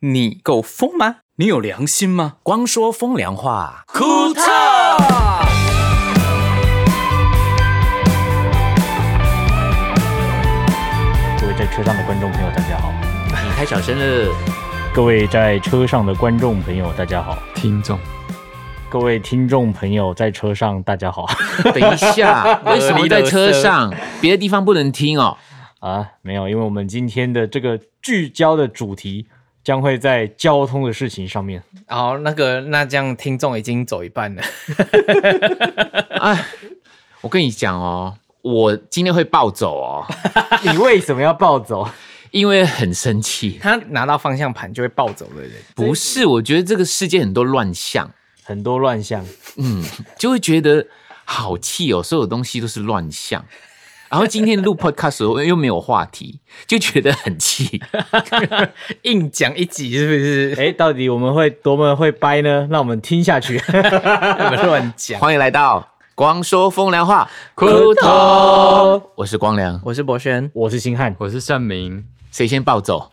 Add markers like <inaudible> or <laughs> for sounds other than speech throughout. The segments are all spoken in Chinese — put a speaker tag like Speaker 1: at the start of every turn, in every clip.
Speaker 1: 你够疯吗？你有良心吗？
Speaker 2: 光说风凉话，
Speaker 1: 库特。
Speaker 3: 各位在车上的观众朋友，大家好；
Speaker 2: 你太小声了。
Speaker 3: 各位在车上的观众朋友，大家好；
Speaker 4: 听众，
Speaker 3: 各位听众朋友在车上，大家好。
Speaker 2: 等一
Speaker 5: 啊
Speaker 2: 下，为什么在车上？别的地方不能听哦。
Speaker 3: <laughs> 啊，没有，因为我们今天的这个聚焦的主题将会在交通的事情上 <laughs> 面。
Speaker 5: <laughs> 好，那个，那这样听众已经走一半了。
Speaker 2: 哎，我跟你讲哦，我今天会暴走哦，
Speaker 3: 你为什么要暴走？
Speaker 2: 因为很生气。
Speaker 5: 他拿到方向盘就会暴走的人，
Speaker 2: 不是，我觉得这个世界很多乱象，
Speaker 3: 很多乱象，
Speaker 2: 嗯，就会觉得好气哦，所有东西都是乱象。然后今天录 podcast 的时候又没有话题，就觉得很气。
Speaker 5: 硬讲一集是不 <laughs> 是？
Speaker 3: 哎，到底我们会多么会掰呢？让我们听下去。 <laughs>
Speaker 5: 乱讲。
Speaker 2: 欢迎来到光说风凉话，库
Speaker 5: 特，
Speaker 2: 我是光良，
Speaker 5: 我是博轩，
Speaker 3: 我是星汉，
Speaker 4: 我是善明，
Speaker 2: 谁先暴走？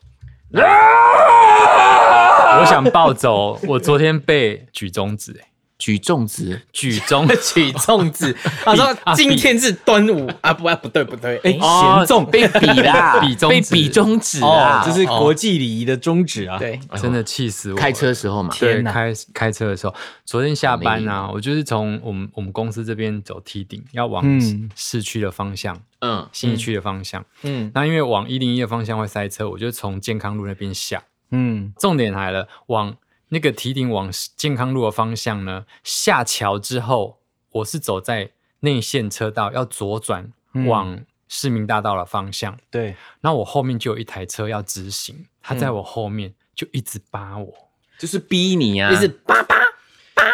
Speaker 4: 我想暴走。我昨天被举中指，哎
Speaker 2: 举粽子，
Speaker 4: 举中
Speaker 5: 举粽子。他啊说今天是端午啊，不啊，不对不对，哎，
Speaker 2: 哦
Speaker 3: 咸粽
Speaker 2: <laughs> 被比啦，
Speaker 4: 比中指
Speaker 2: 被比中指
Speaker 3: 哦
Speaker 2: 啊，，
Speaker 3: 这是国际礼仪的宗旨啊。，
Speaker 5: 对，
Speaker 4: 真的气死我了。
Speaker 2: 开车时候嘛。
Speaker 4: 对
Speaker 3: 天，哪
Speaker 4: 开开车的时候，昨天下班啊，我就是从我们我们公司这边走梯顶，要往
Speaker 3: 嗯
Speaker 4: 市区的方向，
Speaker 2: 嗯，
Speaker 4: 新一区的方向。
Speaker 5: 嗯，
Speaker 4: 那因为往一零一的方向会塞车，我就从健康路那边下。
Speaker 3: 嗯，
Speaker 4: 重点来了，往那个提顶往健康路的方向呢，下桥之后，我是走在内线车道，要左转
Speaker 3: 嗯
Speaker 4: 往市民大道的方向。
Speaker 3: 对，
Speaker 4: 那、我后面就有一台车要直行，他在
Speaker 3: 嗯
Speaker 4: 我后面就一直扒我。
Speaker 2: 就是逼你啊。
Speaker 5: 就是叭叭，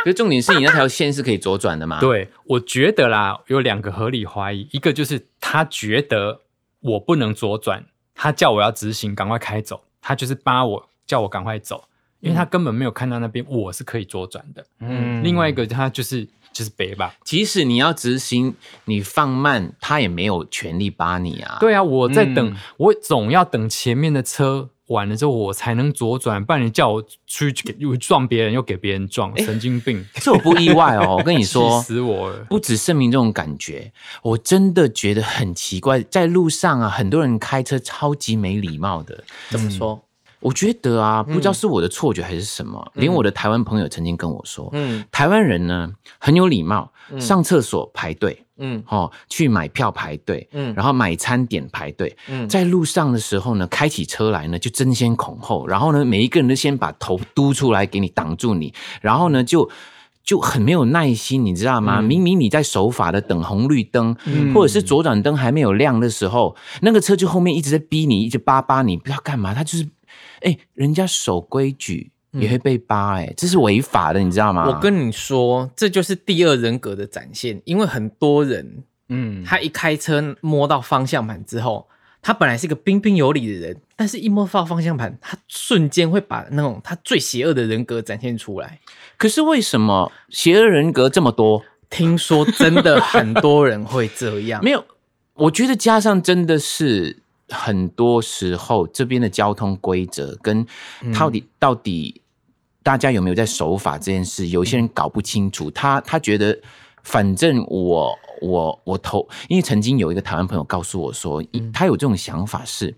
Speaker 2: 可是重点是你那条线是可以左转的嘛？，
Speaker 4: 对，啊我觉得啦，有两个合理怀疑，一个就是他觉得我不能左转，他叫我要直行，赶快开走，他就是扒我，叫我赶快走，因为他根本没有看到那边我是可以左转的。
Speaker 3: 嗯
Speaker 4: 另外一个他就是就是北吧，
Speaker 2: 即使你要直行，你放慢，他也没有权利扒你啊。，
Speaker 4: 对啊，我在等，
Speaker 3: 嗯
Speaker 4: 我总要等前面的车完了之后，我才能左转，不然你叫我出去给又撞别人，又给别人撞，神经病，
Speaker 2: 这我不意外哦。我跟
Speaker 4: <laughs>
Speaker 2: 你
Speaker 4: 气
Speaker 2: 说，
Speaker 4: 死我了。
Speaker 2: 不止盛明这种感觉，我真的觉得很奇怪，在路上啊，很多人开车超级没礼貌的。
Speaker 5: 怎
Speaker 3: 嗯
Speaker 5: 么说？
Speaker 2: 我觉得啊，不知
Speaker 4: 嗯
Speaker 2: 道是我的错觉还是什么，连我的台湾朋友曾经跟我说，
Speaker 5: 嗯
Speaker 2: 台湾人呢很有礼貌，上厕所排队，
Speaker 5: 嗯
Speaker 2: 哦，去买票排队，
Speaker 5: 嗯
Speaker 2: 然后买餐点排队，
Speaker 5: 嗯
Speaker 2: 在路上的时候呢，开起车来呢就争先恐后，然后呢，每一个人都先把头嘟出来给你挡住你，然后呢就。就很没有耐心，你知道
Speaker 5: 嗯
Speaker 2: 吗？明明你在守法的等红绿灯，或者是左转灯还没有亮的时候，那个车就后面一直在逼你，一直扒扒你，不知道干嘛。他就是，哎、人家守规矩也会被扒、哎、这是违法的，你知道吗？
Speaker 5: 嗯我跟你说，这就是第二人格的展现，因为很多人
Speaker 3: 嗯，
Speaker 5: 他一开车摸到方向盘之后，他本来是个彬彬有礼的人，但是一摸到方向盘，他瞬间会把那种他最邪恶的人格展现出来。
Speaker 2: 可是为什么邪恶人格这么多？
Speaker 5: 听说真的很多人会这 <laughs> 样，
Speaker 2: 没有，我觉得加上真的是很多时候这边的交通规则跟到底、到底大家有没有在守法这件事，有些人搞不清楚，他他觉得反正我我我投，因为曾经有一个台湾朋友告诉我说，他有这种想法是。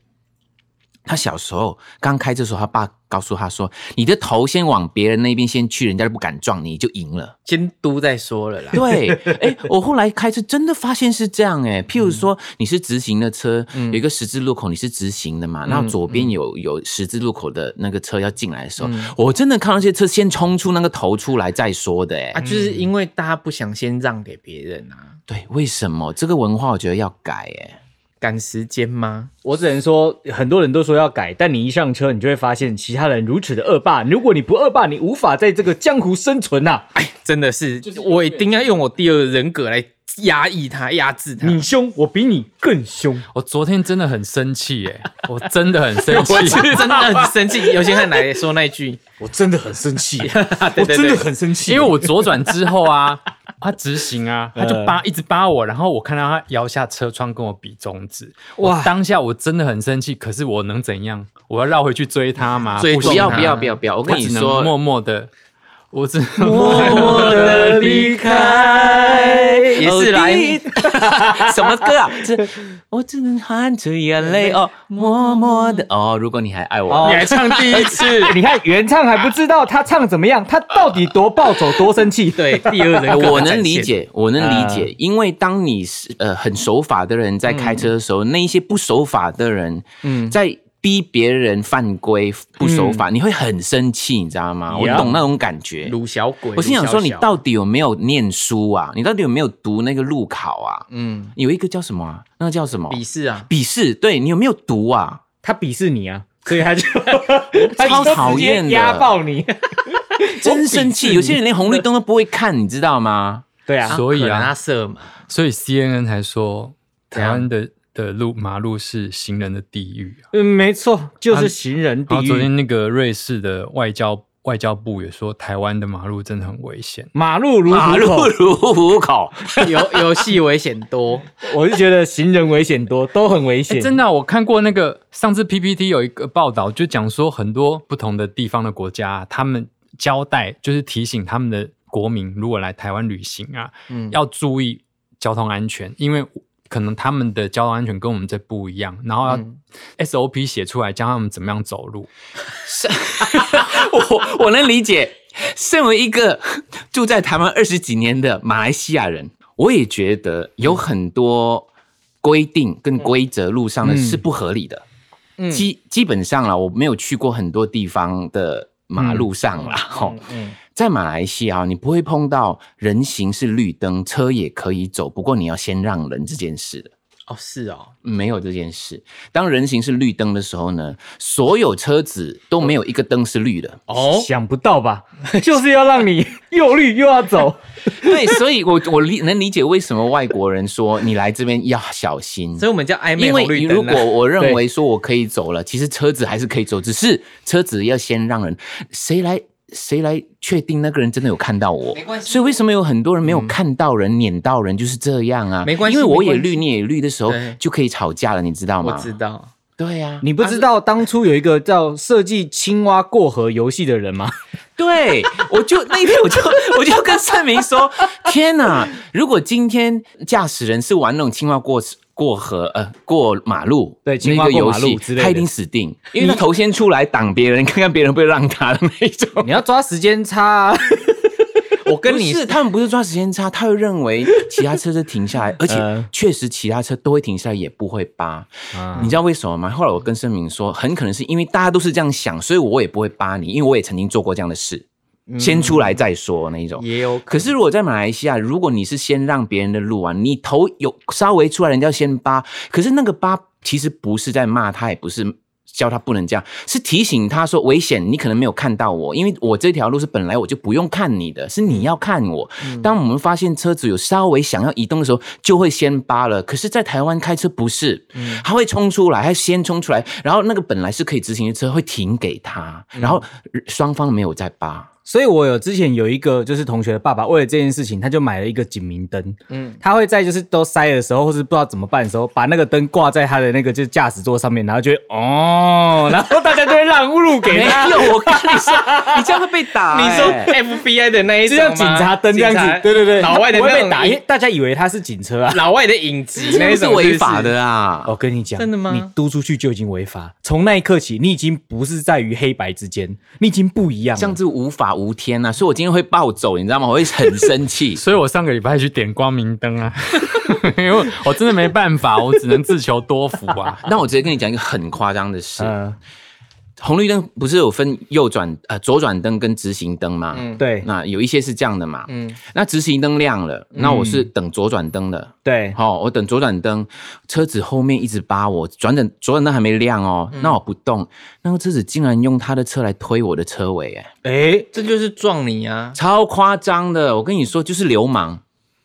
Speaker 2: 他小时候刚开车的时候，他爸告诉他说：“你的头先往别人那边先去，人家就不敢撞你，就赢了。”
Speaker 5: 监督再说 <laughs> 了啦。
Speaker 2: 对，哎、我后来开车真的发现是这样、诶哎，譬如说你是直行的车，有一个十字路口你是直行的嘛，那、左边有有十字路口的那个车要进来的时候，我真的看到那些车先冲出那个头出来再说的、诶
Speaker 5: 啊，
Speaker 2: 哎、
Speaker 5: 就是因为大家不想先让给别人啊，
Speaker 2: 对，为什么这个文化我觉得要改、哎诶
Speaker 5: 赶时间吗？
Speaker 3: 我只能说，很多人都说要改，但你一上车，你就会发现其他人如此的恶霸。如果你不恶霸，你无法在这个江湖生存呐、啊
Speaker 5: 真的是，我一定要用我第二人格来压抑他、压制他。
Speaker 3: 你凶，我比你更凶。
Speaker 4: 我昨天真的很生气耶、我真的很生气
Speaker 5: 我。是 <laughs> 真的很生气，尤先汉来说那一句，
Speaker 3: <laughs> 我真的很生气，
Speaker 5: 对对对
Speaker 3: 很生气
Speaker 4: 因为我左转之后啊，他执行啊，他就扒一直扒我，然后我看到他摇下车窗跟我比中指，哇！当下我真的很生气，可是我能怎样？我要绕回去追他吗？
Speaker 5: 追
Speaker 4: 啊不
Speaker 2: 不
Speaker 4: 行
Speaker 2: 要
Speaker 5: 他
Speaker 2: 不要不要不要！我
Speaker 4: 我
Speaker 2: 跟你
Speaker 4: 只能
Speaker 2: 说，
Speaker 4: 默默的，我只
Speaker 5: 默默的离开，也是来
Speaker 2: <laughs> 什么歌啊？这我只能含着眼泪哦，默默的哦。如果你还爱我，
Speaker 3: 哦
Speaker 4: 你还唱第一次，
Speaker 3: 你看原唱还不知道他唱怎么样，他到底多暴走多生气。
Speaker 5: 对第二人
Speaker 2: 哎
Speaker 5: 格的
Speaker 2: <laughs> 我
Speaker 5: 展
Speaker 2: 能
Speaker 5: 现
Speaker 2: 理，解，我能理解，因为当你是呃很守法的人在开车的时候，那一些不守法的人，嗯，在逼别人犯规不守法，你会很生气，你知道吗？我
Speaker 3: Yeah
Speaker 2: 懂那种感觉。
Speaker 5: 鲁小鬼。
Speaker 2: 我心想说，
Speaker 5: 鲁
Speaker 2: 你
Speaker 5: 小小
Speaker 2: 到底有没有念书啊？你到底有没有读那个路考啊？
Speaker 5: 嗯
Speaker 2: 有一个叫什么啊？那个叫什么？
Speaker 5: 鄙视啊，
Speaker 2: 笔试？对你有没有读啊？
Speaker 3: <laughs> 他鄙视你啊，所以他就他
Speaker 2: 超
Speaker 3: 就直接
Speaker 2: 讨厌的
Speaker 3: 压爆你。
Speaker 2: 真生气！有些人连红绿灯都不会看，你知道吗？
Speaker 3: 对啊，
Speaker 4: 所以
Speaker 5: 可能
Speaker 4: 啊
Speaker 5: 他，色嘛，
Speaker 4: 所以 CNN 才说
Speaker 5: 怎
Speaker 4: 台
Speaker 5: 样
Speaker 4: 湾的的路马路是行人的地狱啊。
Speaker 3: 嗯，没错，就是行人地
Speaker 4: 然后昨
Speaker 3: 狱。
Speaker 4: 天那个瑞士的外交外交部也说，台湾的马路真的很危险。
Speaker 3: 马路如
Speaker 2: 马
Speaker 3: 虎
Speaker 2: 路
Speaker 3: 口，
Speaker 2: 如虎口，
Speaker 5: 游游戏危险多，
Speaker 3: 我是觉得行人危险多，都很危
Speaker 4: 哎，
Speaker 3: 险。
Speaker 4: 真的啊、我看过那个上次 PPT 有一个报道，就讲说很多不同的地方的国家啊，他们交代就是提醒他们的国民，如果来台湾旅行啊，
Speaker 5: 嗯，
Speaker 4: 要注意交通安全，因为可能他们的交通安全跟我们这不一样，然后要
Speaker 5: 嗯
Speaker 4: SOP 写出来，教他们怎么样走路。。
Speaker 2: <laughs> 我我能理解。身为一个住在台湾二十几年的马来西亚人，我也觉得有很多规定跟规则路上的是不合理的。
Speaker 5: 嗯
Speaker 2: 基基本上啦，我没有去过很多地方的马路上啦。吼、
Speaker 3: 嗯
Speaker 2: 在马来西亚，你不会碰到人行是绿灯，车也可以走，不过你要先让人这件事的。
Speaker 5: <laughs> 哦是哦，
Speaker 2: 没有这件事。当人行是绿灯的时候呢，所有车子都没有一个灯是绿的。
Speaker 5: 哦
Speaker 3: 想不到吧？ <laughs> 就是要让你又绿又要走，
Speaker 2: 对，所以我我理能理解为什么外国人说你来这边要小心
Speaker 5: 所。以我们叫暧昧
Speaker 2: 因为
Speaker 5: 红绿灯啊
Speaker 2: 如果我认为说我可以走了，其实车子还是可以走，只是车子要先让人谁来谁来确定那个人真的有看到我。
Speaker 5: 没关系嗯
Speaker 2: 所以为什么有很多人没有看到人、撵到人就是这样啊？
Speaker 5: 没关系
Speaker 2: 因为我
Speaker 5: 没
Speaker 2: 也
Speaker 5: 关系
Speaker 2: 绿，你也绿的时候
Speaker 5: 对
Speaker 2: 就可以吵架了，你知道
Speaker 5: 我
Speaker 2: 吗？
Speaker 5: 知道，
Speaker 2: 对啊呀、
Speaker 3: <laughs> 你不知道当初有一个叫设计青蛙过河游戏的人吗？
Speaker 2: 对，我就那一天我就我就跟盛明说：“天哪！如果今天驾驶人是玩那种青蛙过过河呃过马路，
Speaker 3: 对
Speaker 2: 那
Speaker 3: 青蛙
Speaker 2: 个
Speaker 3: 过
Speaker 2: 游
Speaker 3: 马路
Speaker 2: 戏
Speaker 3: 之类
Speaker 2: 他一
Speaker 3: 的
Speaker 2: 定死
Speaker 3: <laughs>
Speaker 2: 定，因为他头先出来挡别人，看看别人会不会让他的那一种。
Speaker 3: <laughs> 你要抓时间差、 <laughs> 啊。
Speaker 5: 我跟你
Speaker 2: 不是，他们不是抓时间差，他会认为其他车是停下来，而
Speaker 3: <laughs>
Speaker 2: 且
Speaker 3: 呃
Speaker 2: 确实其他车都会停下来，也不会扒。
Speaker 3: 嗯
Speaker 2: 你知道为什么吗？后来我跟盛明说，很可能是因为大家都是这样想，所以我也不会扒你，因为我也曾经做过这样的事，
Speaker 3: 嗯
Speaker 2: 先出来再说那一种。
Speaker 5: 也有
Speaker 2: 可是如果在马来西亚，如果你是先让别人的路啊，你头有稍微出来，人家先扒，可是那个扒其实不是在骂他，也不是。教他不能这样，是提醒他说危险，你可能没有看到我，因为我这条路是本来我就不用看你的，是你要看我。当我们发现车子有稍微想要移动的时候，就会先扒了。可是，在台湾开车不是，他会冲出来，他先冲出来，然后那个本来是可以直行的车会停给他，然后双方没有再扒。
Speaker 3: 所以我有之前有一个就是同学的爸爸，为了这件事情，他就买了一个警明灯。
Speaker 5: 嗯
Speaker 3: 嗯，他会在就是都塞的时候，或是不知道怎么办的时候，把那个灯挂在他的那个就是驾驶座上面，然后就会哦，然后大家就会让路
Speaker 2: <laughs>
Speaker 3: 给
Speaker 2: 没
Speaker 3: <laughs> 他。
Speaker 2: 有，我跟你说，你这样会被
Speaker 5: <laughs>
Speaker 2: 打、
Speaker 5: 你说
Speaker 2: 哎
Speaker 5: FBI 的那一
Speaker 3: 就
Speaker 5: 种
Speaker 3: 像
Speaker 5: 吗
Speaker 3: 警察灯这样
Speaker 5: 警察
Speaker 3: 子，对对对，
Speaker 5: 老外的
Speaker 3: 不会
Speaker 5: 那
Speaker 3: 被
Speaker 5: 种
Speaker 3: 打，因为
Speaker 5: 影
Speaker 3: 大家以为他是警车
Speaker 5: <laughs>
Speaker 3: 啊。
Speaker 5: 老外的影集
Speaker 2: 这
Speaker 5: 那
Speaker 2: 样
Speaker 5: 一
Speaker 2: 是
Speaker 5: 种
Speaker 2: 违法，的啊！
Speaker 3: 我跟你讲，
Speaker 5: 真的吗
Speaker 3: 你嘟出去就已经违法，从那一刻起，你已经不是在于黑白之间，你已经不一样
Speaker 2: 这样
Speaker 3: 了。
Speaker 2: 子无法无天呐、啊，所以我今天会暴走，你知道吗？我会很生气
Speaker 5: <laughs>
Speaker 4: 所以我上个礼拜去点光明灯啊， <laughs> 因为我真的没办法，我只能自求多福
Speaker 2: <laughs>
Speaker 4: 啊。
Speaker 2: 那我直接跟你讲一个很夸张的事，
Speaker 3: 嗯，
Speaker 2: 红绿灯不是有分右转呃左转灯跟直行灯吗？
Speaker 5: 嗯
Speaker 3: 对
Speaker 2: 那有一些是这样的嘛，
Speaker 5: 嗯
Speaker 2: 那直行灯亮了，那我是等左转灯的，
Speaker 3: 对，
Speaker 2: 好、我等左转灯，车子后面一直扒我，转等左转灯还没亮哦，
Speaker 5: 嗯
Speaker 2: 那我不动，那个车子竟然用他的车来推我的车尾，哎，
Speaker 3: 哎，
Speaker 5: 这就是撞你啊，
Speaker 2: 超夸张的！我跟你说，就是流氓，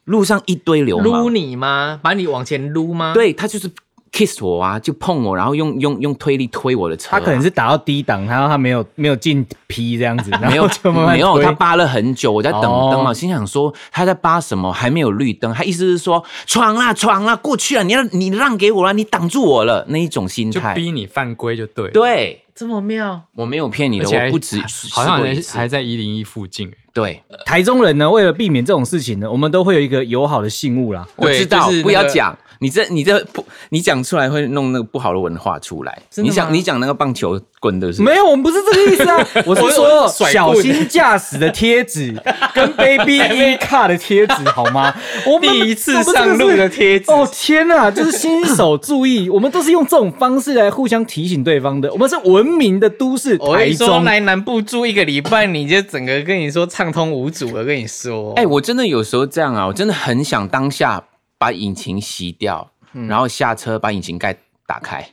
Speaker 2: 路上一堆流
Speaker 5: 撸
Speaker 2: 氓，
Speaker 4: 啊
Speaker 5: 你吗？把你往前撸吗？，
Speaker 2: 对他就是 kiss 我啊，就碰我，然后用用用推力推我的车啊、
Speaker 3: 他可能是打到低档，然后他没有没有进 P 这
Speaker 2: <laughs>
Speaker 3: 样子，然
Speaker 2: 没有
Speaker 3: 后就慢慢
Speaker 2: 没有，
Speaker 3: 推
Speaker 2: 他扒了很久，我在等
Speaker 3: 哦
Speaker 2: 灯嘛，啊心想说他在扒什么？还没有绿灯，他意思是说闯啦闯啦，过去了，啊你要你让给我了，啊你挡住我了那一种心
Speaker 4: 就
Speaker 2: 态。
Speaker 4: 逼你犯规就对了。，
Speaker 2: 对，
Speaker 5: 这么妙，
Speaker 2: 我没有骗你
Speaker 4: 而
Speaker 2: 的，
Speaker 4: 且还
Speaker 2: 我不止
Speaker 4: 好像
Speaker 2: 试过
Speaker 4: 还
Speaker 2: 一次
Speaker 4: 还在一零一附近。
Speaker 2: 对，
Speaker 3: 台中人呢，为了避免这种事情呢，我们都会有一个友好的信物啦。
Speaker 2: 我
Speaker 5: 对
Speaker 2: 知道
Speaker 5: 就是那，个
Speaker 2: 不要讲，你这你这不你讲出来会弄那个不好的文化出来。
Speaker 5: 真的
Speaker 2: 你
Speaker 5: 吗
Speaker 2: 讲你讲那个棒球棍的是
Speaker 3: 没有，我们不是这个意思啊！我是
Speaker 5: <laughs>
Speaker 3: 说
Speaker 5: 我甩
Speaker 3: 小
Speaker 5: 棍
Speaker 3: 心驾驶的
Speaker 5: <laughs>
Speaker 3: 贴纸跟 Baby E Car 的贴纸好吗？我们
Speaker 5: 第一次上路的贴纸
Speaker 3: 我们这个是哦天哪，就是新手注意，我们都是用这种方式来互相提醒对方的。我们是文明的都市
Speaker 5: 我
Speaker 3: 台
Speaker 5: 哦一说
Speaker 3: 中，
Speaker 5: 来南部住一个礼拜，你就整个跟你说畅通无阻了，跟你说，
Speaker 2: 哎、我真的有时候这样啊，我真的很想当下把引擎熄掉，然后下车把引擎盖打开。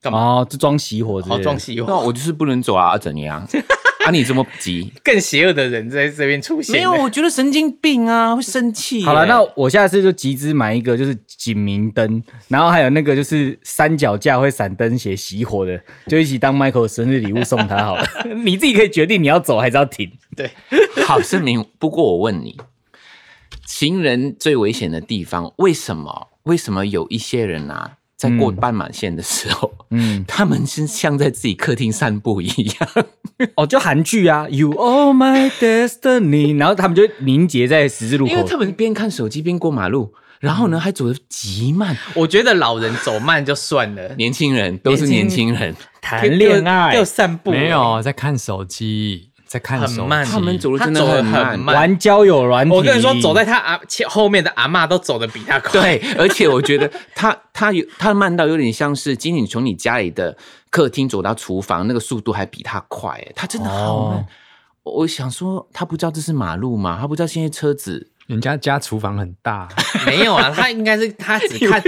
Speaker 5: 干嘛？
Speaker 3: 哦，就装熄火之类
Speaker 5: 好
Speaker 3: 的
Speaker 5: 装哦喜
Speaker 2: 那
Speaker 5: 欢，
Speaker 2: 我就是不能走啊，啊怎 <laughs> 样？啊，你这么急？
Speaker 5: 更邪恶的人在这边出现了，
Speaker 2: <laughs> 没有，我觉得神经病啊，会生气耶。
Speaker 3: 好了，那我下次就集资买一个，就是警明灯，然后还有那个就是三脚架会闪灯写熄火的，就一起当 Michael 生日礼物送他好
Speaker 5: <laughs>
Speaker 3: 了。你自己可以决定你要走还是要停。
Speaker 5: 对，
Speaker 2: <laughs> 好是你，不过我问你，行人最危险的地方，为什么？为什么有一些人啊，在过
Speaker 3: 嗯
Speaker 2: 斑马线的时候，
Speaker 3: 嗯，
Speaker 2: 他们是像在自己客厅散步一样？
Speaker 3: 哦，就韩剧啊，You Are My Destiny，然后他们就凝结在十字
Speaker 2: <laughs>
Speaker 3: 路
Speaker 2: 因为他
Speaker 3: 口。
Speaker 2: 们嗯边看手机边过马路，然后呢还走得极慢。
Speaker 5: 我觉得老人走慢就算了，
Speaker 2: 年轻人都是年
Speaker 5: 年轻
Speaker 2: 轻人，
Speaker 3: 谈恋爱
Speaker 5: 要散步，
Speaker 4: 没有在看手机，在看
Speaker 5: 欸很
Speaker 4: 手
Speaker 5: 慢
Speaker 4: 机。
Speaker 2: 他们走路
Speaker 5: 他
Speaker 2: 真的
Speaker 5: 走得
Speaker 2: 很慢
Speaker 5: 很。慢
Speaker 3: 玩交友软体，
Speaker 5: 我跟你说，走在他阿前后面的阿嬷都走得比他快。<laughs>
Speaker 2: <laughs> 对，而且我觉得他他有他慢到有点像是金井从你家里的客厅走到厨房，那个速度还比他快，哎他真的好慢。
Speaker 3: 哦
Speaker 2: 我我想说，他不知道这是马路吗？他不知道现在车子
Speaker 4: 人家家厨房很
Speaker 5: <laughs>
Speaker 4: 大，
Speaker 5: 没有啊，他应该是他只 <laughs> 看，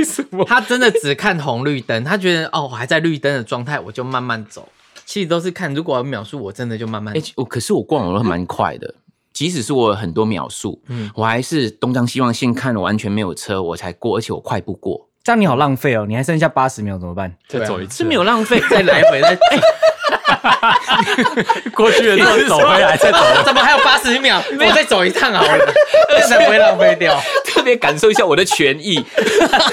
Speaker 5: 他真的只看红绿灯，他觉得哦，我还在绿灯的状态，我就慢慢走。其实都是看，如果要秒数，我真的就慢慢
Speaker 2: 哎、。我可是我逛网络蛮快的，即使是我有很多秒数，
Speaker 5: 嗯
Speaker 2: 我还是东张西望先看，完全没有车我才过，而且我快不过，
Speaker 3: 这样你好浪费哦，你还剩下八十秒怎么办？
Speaker 5: 对啊
Speaker 4: 再走一次
Speaker 2: 是没有浪费。
Speaker 5: 再来回
Speaker 4: <laughs>
Speaker 5: 再，哎、
Speaker 4: 过去了之后走回来，再走。
Speaker 5: <laughs> 怎么还有八十秒？我再走一趟好
Speaker 4: <laughs>
Speaker 5: 了，这才不会浪费掉。
Speaker 2: 特别感受一下我的权益，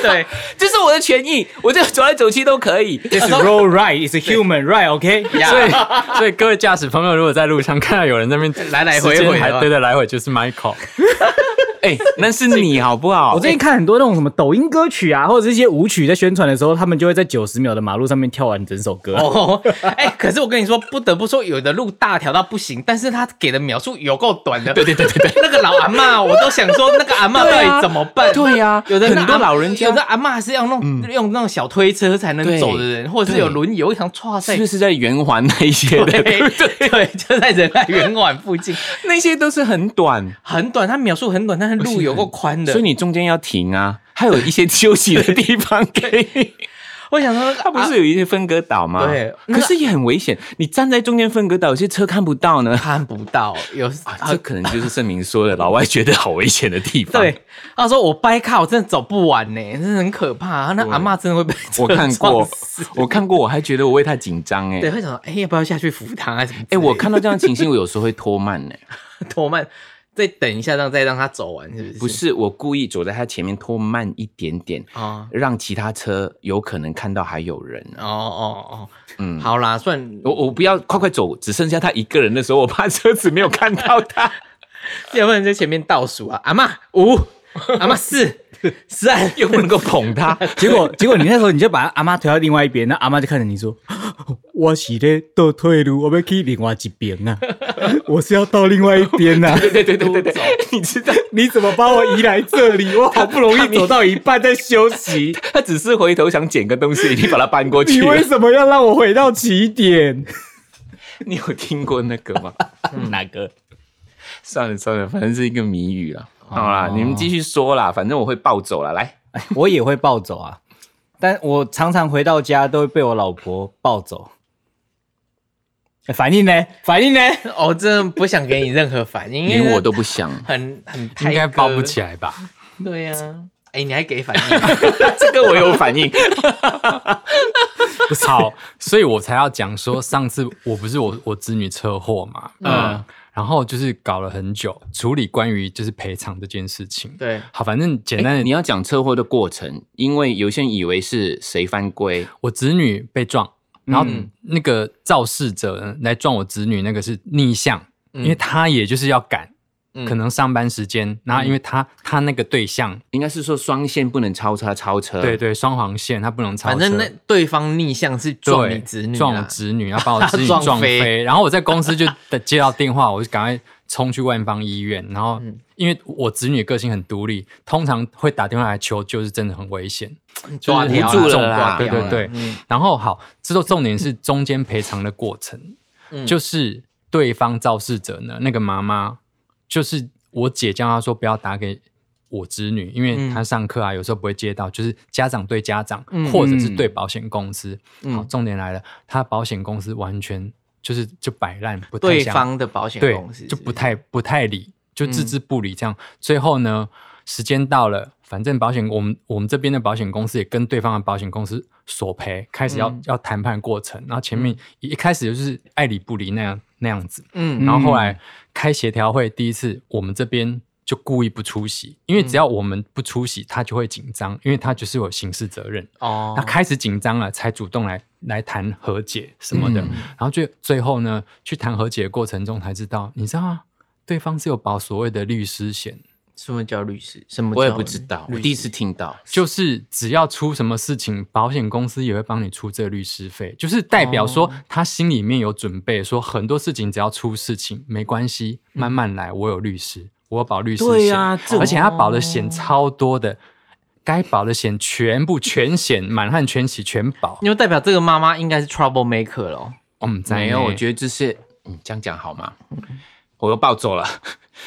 Speaker 5: 对，
Speaker 2: 这是我的权益，我这走来走去都可以。
Speaker 3: It's roll right, it's a human right, OK？
Speaker 4: 所以，所以各位驾驶朋友，如果在路上看到有人在那边
Speaker 5: <laughs> 来来回回啊
Speaker 4: 时间
Speaker 5: 的话
Speaker 4: 还对对来回，就是 Michael。
Speaker 2: 哎、那是你好不好？
Speaker 3: <laughs> 我最近看很多那种什么抖音歌曲啊，或者是一些舞曲，在宣传的时候，他们就会在九十秒的马路上面跳完整首
Speaker 2: <laughs>
Speaker 3: 歌。 <laughs>
Speaker 5: 哦，哎、可是我跟你说，不得不说，有的路大条到不行，但是他给的秒数有够短的。对对对对 <laughs> 对，那个老阿嬷，我都想说，那个阿嬷到
Speaker 2: 对啊
Speaker 5: 底怎么办？
Speaker 2: 对呀
Speaker 5: 有的那
Speaker 2: 很多
Speaker 5: 阿嬷
Speaker 2: 老人家嗯
Speaker 5: 有的阿嬷是要弄、用那种小推车才能
Speaker 2: 对
Speaker 5: 走的人，或者是有轮椅。我想，哇塞
Speaker 2: 是不，是在圆环那一些的？
Speaker 5: 对对， <laughs> 就在仁爱圆碗附近，
Speaker 2: 那些都是很短，
Speaker 5: 很短，它秒数很短，但是路有够宽的。
Speaker 2: 所以你中间要停啊，还有一些休息的地方可以。
Speaker 5: 我想说，
Speaker 2: 它不
Speaker 5: 啊
Speaker 2: 是有一些分隔岛吗？
Speaker 5: 对
Speaker 2: 可是也很危险。你站在中间分隔岛，有些车看不到呢。
Speaker 5: 看不到，有
Speaker 2: 啊，这可能就是盛明说的老外觉得好危险的地方。
Speaker 5: 对，，他说我掰卡，我真的走不完呢，真的很可怕。那阿嬷真的会被车
Speaker 2: 我看
Speaker 5: 撞
Speaker 2: 过
Speaker 5: 死，
Speaker 2: 我看过，我还觉得我为他紧张哎
Speaker 5: 对，。会想说，哎、要不要下去扶他啊？什么之类的？
Speaker 2: 哎，我看到这样的情形，我有时候会拖慢哎 <laughs> 呢。
Speaker 5: 拖慢，再等一下，让再让他走完，是不是？
Speaker 2: 不是，我故意走在他前面拖慢一点点，
Speaker 5: 啊，
Speaker 2: 让其他车有可能看到还有人。
Speaker 5: 哦哦哦，
Speaker 2: 嗯，
Speaker 5: 好啦，算
Speaker 2: 我我不要快快走，只剩下他一个人的时候，我怕车子没有看到他。 <laughs>
Speaker 5: 要不然在前面倒数啊，阿嬷五，阿嬷四，三，
Speaker 2: 又不能够捧他，
Speaker 3: 结果，结果你那时候你就把阿妈推到另外一边，那阿妈就看着你说：“我是咧倒退路，我要去另外一边啊，我是要到另外一边啊。
Speaker 2: 对对对对对对，你知道，
Speaker 3: 你怎么把我移来这里？我好不容易走到一半在休息，
Speaker 2: 他只是回头想捡个东西，已经把它搬过去
Speaker 3: 你为
Speaker 2: 了。
Speaker 3: 什么要让我回到起点？
Speaker 2: 你有听过那个吗？
Speaker 3: <laughs> 哪个？
Speaker 2: 算了算了，反正是一个谜语了。好啦，你们继续说啦，反正我会暴走了。来，
Speaker 3: 我也会暴走啊，但我常常回到家都会被我老婆暴走。哎反应呢？反应呢？
Speaker 5: 我哦真的不想给你任何反应，
Speaker 2: <laughs> 连我都不想。
Speaker 5: 很很太
Speaker 4: 应该抱不起来吧？ <laughs>
Speaker 5: 来。对呀、啊，哎、你还给反应？
Speaker 2: 这个我有反 <laughs> 应。
Speaker 4: 好，所以我才要讲说，上次我不是我我子女车祸嘛，
Speaker 5: 嗯
Speaker 4: 嗯，然后就是搞了很久处理关于就是赔偿这件事情。
Speaker 5: <laughs> 对，
Speaker 4: 好，反正简单的，
Speaker 2: 你要讲车祸的过程，因为有些人以为是谁犯规，
Speaker 4: 我子女被撞，然后
Speaker 5: 嗯
Speaker 4: 那个肇事者来撞我子女，那个是逆向，因为他也就是要赶，
Speaker 5: 嗯
Speaker 4: 可能上班时间，然后因为他他那个对象，
Speaker 5: 嗯
Speaker 2: 应该是说双线不能超车，超车。
Speaker 4: 对，对，双黄线，他不能超
Speaker 5: 反
Speaker 4: 车，
Speaker 5: 正那对方逆向是
Speaker 4: 对
Speaker 5: 撞你子女、啊，
Speaker 4: 撞我子女，然后把我
Speaker 5: <laughs>
Speaker 4: 子女
Speaker 5: 撞飞
Speaker 4: 撞飞。然后我在公司就接到电话，我就赶快冲去万方医院。然后
Speaker 5: 嗯
Speaker 4: 因为我子女个性很独立，通常会打电话来求救是真的很危险。
Speaker 5: 抓
Speaker 4: 就是
Speaker 5: 条
Speaker 4: 无助
Speaker 5: 啦
Speaker 4: 了啦
Speaker 5: 抓条啦
Speaker 4: 对对对
Speaker 5: 嗯
Speaker 4: 然后好，这都重点是中间赔偿的过程，
Speaker 5: 嗯
Speaker 4: 就是对方肇事者呢，那个妈妈，就是我姐叫她说不要打给。我子女，因为
Speaker 5: 嗯
Speaker 4: 她上课啊，有时候不会接到，就是家长对家长，
Speaker 5: 嗯
Speaker 4: 或者是对保险公司。
Speaker 5: 嗯
Speaker 4: 好，重点来了，她保险公司完全就是就摆烂，不太
Speaker 5: 对
Speaker 4: 想
Speaker 5: 方的保险
Speaker 4: 对
Speaker 5: 公司
Speaker 4: 就不
Speaker 5: 是嗯
Speaker 4: 太不太理，就置之不理这样。最后呢，时间到了，反正保险我们我们这边的保险公司也跟对方的保险公司索赔，开始要、
Speaker 5: 嗯
Speaker 4: 要谈判过程。然后前面一一开始就是爱理不理那样那样子，
Speaker 5: 不是，嗯
Speaker 4: 然后后来开协调会第一次，我们这边。就故意不出席，因为
Speaker 5: 嗯
Speaker 4: 只要我们不出席，他就会紧张，因为他就是有刑事责任。
Speaker 5: 哦，
Speaker 4: 他开始紧张了，才主动来来谈和解什么的。
Speaker 2: 嗯
Speaker 4: 然后最最后呢，去谈和解的过程中才知道，你知道吗？对方是有保所谓的律师险，
Speaker 5: 什么叫律师？什么
Speaker 2: 我也
Speaker 5: 叫
Speaker 2: 不知道，
Speaker 5: 律
Speaker 2: 我
Speaker 5: 师
Speaker 2: 第一次听到。
Speaker 4: 就是只要出什么事情，保险公司也会帮你出这律师费，就是代表说
Speaker 5: 哦
Speaker 4: 他心里面有准备，说很多事情只要出事情没关系，慢慢来，我有律师，我有保律师险，
Speaker 2: 对啊这
Speaker 4: 而且他保的险超多的。该保的险全部全险满汉全席全保，
Speaker 5: 因为代表这个妈妈应该是 trouble maker 咯。
Speaker 4: 嗯，
Speaker 2: 没有，我觉得这是，嗯，这样讲好吗？我又暴走了。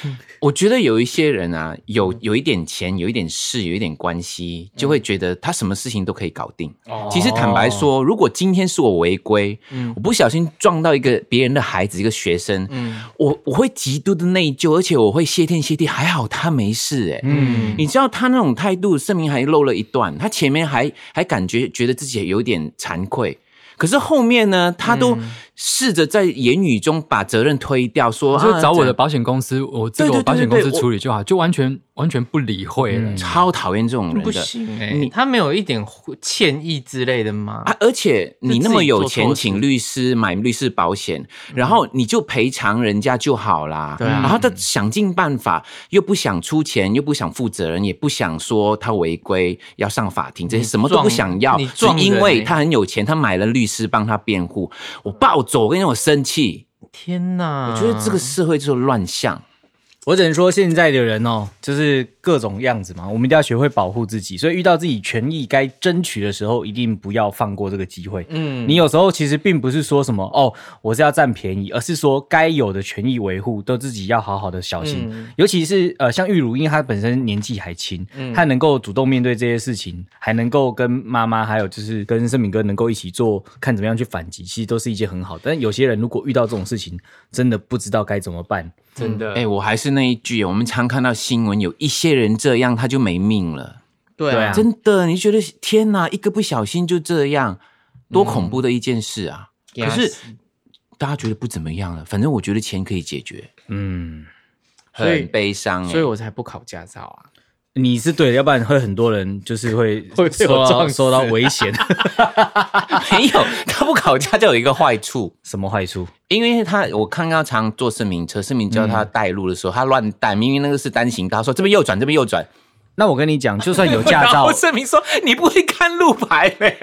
Speaker 5: 嗯
Speaker 2: <laughs> 我觉得有一些人啊，有有一点钱，有一点事，有一点关系，就
Speaker 5: 嗯
Speaker 2: 会觉得他什么事情都可以搞定。
Speaker 5: 哦
Speaker 2: 其实坦白说，如果今天是我违规，
Speaker 5: 嗯
Speaker 2: 我不小心撞到一个别人的孩子，一个学生，
Speaker 5: 嗯
Speaker 2: 我我会极度的内疚，而且我会谢天谢地，还好他没事、欸，
Speaker 5: 嗯
Speaker 2: 你知道他那种态度，盛明还露了一段，他前面还还感觉觉得自己有点惭愧，可是后面呢，他都
Speaker 4: 嗯
Speaker 2: 试着在言语中把责任推掉，说
Speaker 4: 我就
Speaker 2: 啊
Speaker 4: 找我的
Speaker 2: 这
Speaker 4: 保险公司，我这
Speaker 2: 对
Speaker 4: 个
Speaker 2: 对
Speaker 4: 我保
Speaker 2: 对
Speaker 4: 险公
Speaker 2: 对
Speaker 4: 司
Speaker 2: 对嗯
Speaker 4: 处理就好，就完全完全不理会了。
Speaker 2: 超讨厌这种人
Speaker 5: 不
Speaker 2: 的。
Speaker 5: 行哎、他没有一点歉意之类的吗？
Speaker 2: 啊！而且你那么有
Speaker 5: 是自己做错事
Speaker 2: 钱，
Speaker 5: 嗯
Speaker 2: 请律师买律师保险，然后你就赔偿人家就好啦。
Speaker 5: 对啊
Speaker 2: 然后他想尽办法，又不想出钱，又不想负责任，也不想说他违规要上法庭，这些
Speaker 5: 你
Speaker 2: 什么都
Speaker 5: 撞
Speaker 2: 不想要
Speaker 5: 你，
Speaker 2: 只
Speaker 5: 撞人
Speaker 2: 因
Speaker 5: 欸
Speaker 2: 为他很有钱，他买了律师帮他辩护。我暴走，我跟你讲，我生气，
Speaker 5: 天哪！
Speaker 2: 我觉得
Speaker 5: 嗯
Speaker 2: 这个社会就是乱象。
Speaker 3: 我只能说，现在的人哦，就是各种样子嘛，我们一定要学会保护自己。所以遇到自己权益该争取的时候，一定不要放过这个机会。
Speaker 5: 嗯
Speaker 3: 你有时候其实并不是说什么哦，我是要占便宜，而是说该有的权益维护都自己要好好的小心。
Speaker 5: 嗯
Speaker 3: 尤其是呃，像玉如，因为她本身年纪还轻，
Speaker 5: 嗯
Speaker 3: 她能够主动面对这些事情，还能够跟妈妈还有就是跟盛敏哥能够一起做，看怎么样去反击，其实都是一件很好。但有些人如果遇到这种事情，真的不知道该怎么办。
Speaker 4: 真的，
Speaker 2: 哎，我还是那一句，我们常看到新闻，有一些人这样他就没命了。
Speaker 5: 对
Speaker 3: 对
Speaker 5: 啊
Speaker 3: 啊，
Speaker 2: 真的，你觉得天哪，一个不小心就这样，多恐怖的一件事啊！
Speaker 5: 嗯
Speaker 2: 可是
Speaker 5: Yes
Speaker 2: 大家觉得不怎么样了，反正我觉得钱可以解决，
Speaker 3: 嗯，
Speaker 5: 所以
Speaker 2: 很悲伤、欸。
Speaker 5: 所以我才不考驾照啊。
Speaker 3: 你是对的，要不然会很多人就是会
Speaker 5: <laughs> 会被
Speaker 3: 受
Speaker 5: 我
Speaker 3: 到
Speaker 5: 撞死
Speaker 3: 受到危险。
Speaker 2: <laughs>
Speaker 3: <laughs>
Speaker 2: 没有他不考驾照有一个坏处，
Speaker 3: 什么坏处？
Speaker 2: 因为他我看到常坐市民车，市民叫他带路的时候，他乱带，明明那个是单行道，他说这边右转，这边右转。
Speaker 3: 那我跟你讲，就算有驾
Speaker 2: 然
Speaker 5: <laughs>
Speaker 3: 照
Speaker 2: 后，市民说你不会看路牌嘞、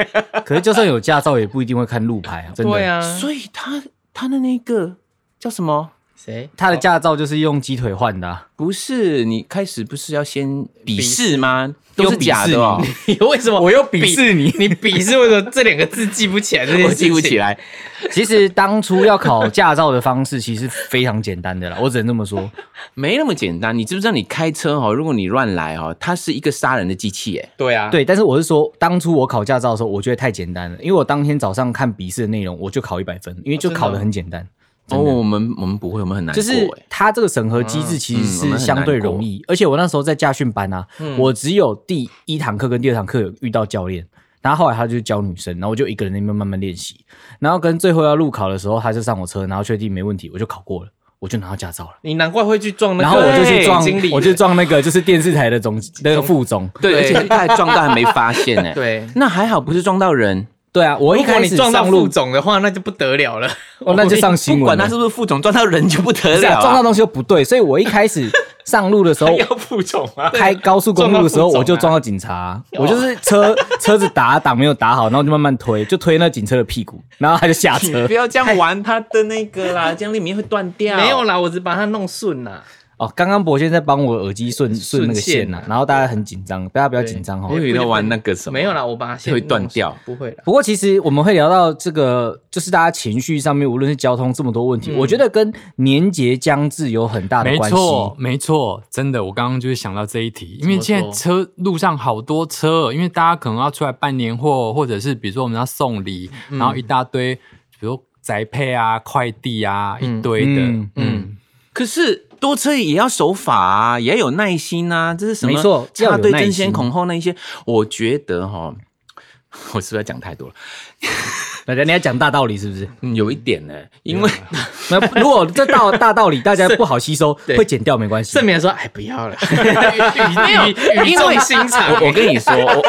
Speaker 3: 可是就算有驾照也不一定会看路牌啊，真的。
Speaker 5: 对 <laughs> 啊，
Speaker 2: 所以他他的那个叫什么？
Speaker 5: <laughs> 谁？
Speaker 3: 他的驾照就是用鸡腿换的、
Speaker 5: 哦
Speaker 3: 啊，
Speaker 2: 不是你开始不是要先笔试吗？都是
Speaker 3: 用笔
Speaker 2: 假
Speaker 3: 试
Speaker 2: 的哦
Speaker 3: 你。
Speaker 5: 为什么我又鄙
Speaker 3: 视你
Speaker 5: 你鄙视为什么这两个字记不起来？这件
Speaker 2: 我
Speaker 5: 事
Speaker 2: 记
Speaker 5: 情
Speaker 2: 不起。来。
Speaker 3: <laughs> 其实当初要考驾照的方式其实非常简单的啦，我只能这么说。
Speaker 5: 啊
Speaker 2: 没那么简单，你知不知道？你开车哈、哦，如果你乱来哈、哦，它是一个杀人的机器哎耶。
Speaker 5: 对啊，
Speaker 3: 对，但是我是说，当初我考驾
Speaker 5: 哦
Speaker 3: 照的时候，我觉得太简单了，因为我当天早上看笔试的内容，我就考一百分，因为就考得很简单。
Speaker 2: 哦，我们我们不会，我们很难
Speaker 3: 就
Speaker 2: 过、
Speaker 3: 是
Speaker 2: 欸
Speaker 3: 它这个审核机制其实
Speaker 2: 嗯嗯我
Speaker 3: 是
Speaker 2: 们很
Speaker 3: 相对容易，而且我那时候在驾训班啊，
Speaker 5: 嗯
Speaker 3: 我只有第一堂课跟第二堂课有遇到教练，然后后来他就教女生，然后我就一个人在那边慢慢练习，然后跟最后要路考的时候，他就上我车，然后确定没问题，我就考过了，我就拿到驾照了。
Speaker 5: 你难怪会去
Speaker 2: 嗯
Speaker 5: 撞那个
Speaker 3: 然后我就去撞
Speaker 5: 经理，，啊
Speaker 3: 我就撞那个就是电视台的总那个副总。
Speaker 2: 对，而
Speaker 5: 对
Speaker 2: 且他还撞到还没发现 <laughs> 呢、欸
Speaker 5: 对。
Speaker 2: 那还好不是撞到人，
Speaker 3: 对啊，我一
Speaker 5: 如果
Speaker 3: 开
Speaker 5: 你
Speaker 3: 始
Speaker 5: 撞到
Speaker 3: 上
Speaker 5: 副
Speaker 3: 路，
Speaker 5: 总的话，那就不得了了。
Speaker 3: 哦，那就上新
Speaker 2: 不
Speaker 3: 闻
Speaker 2: 管
Speaker 3: 了
Speaker 2: 他。是不是副总，撞到人就不得
Speaker 3: 不是
Speaker 2: 了、
Speaker 3: 啊
Speaker 2: 啊，
Speaker 3: 撞到东西又不对，所以我一开始 <laughs> 上路的时候，
Speaker 5: 要副总啊，
Speaker 3: 开高速公路的时候，
Speaker 5: 撞到副总啊
Speaker 3: 我就撞到警察，我就是车车子打档没有打好，然后就慢慢推，就推那警车的屁股，然后他就下
Speaker 2: <laughs>
Speaker 3: 车
Speaker 2: 不。要这样玩他的那个啦，这样里面会断掉。
Speaker 5: 没有啦，我只把它弄顺啦。
Speaker 3: 哦，刚刚博轩在帮我耳机顺顺那个线呐、
Speaker 5: 顺线啊
Speaker 3: 然后大家很紧张，大家不要紧张哈哦
Speaker 2: 我。以为在玩那个什么，
Speaker 5: 没有啦，我把它线
Speaker 2: 会断掉
Speaker 5: 弄顺，不会啦。
Speaker 3: 不过其实我们会聊到这个，就是大家情绪上面，无论是交通这么多问题，我觉得跟年节将至有很大的
Speaker 4: 没
Speaker 3: 关系。
Speaker 4: 错，没错，真的，我刚刚就是想到这一题，因为现在车路上好多车，因为大家可能要出来办年货，或者是比如说我们要送礼，
Speaker 2: 嗯
Speaker 4: 然后一大堆，比如说宅配啊、快递啊，一堆的，
Speaker 3: 嗯
Speaker 4: 嗯，
Speaker 2: 可是多车也要守法啊，也要有耐心啊，这是什么？
Speaker 3: 没错要有
Speaker 2: 插队
Speaker 3: 耐
Speaker 2: 争
Speaker 3: 心
Speaker 2: 先恐后那一些，我觉得哈， <laughs> 我是不是要讲太多了？
Speaker 3: 大家你要讲大道理是不是？
Speaker 2: 嗯有一点呢、
Speaker 5: <laughs>
Speaker 2: 因为
Speaker 3: 那
Speaker 2: <laughs>
Speaker 3: 如果这道大道理大家不好吸收，会剪掉没关系
Speaker 5: 证。明说，哎，不要了，语语语重心长。
Speaker 2: 我我跟你说，我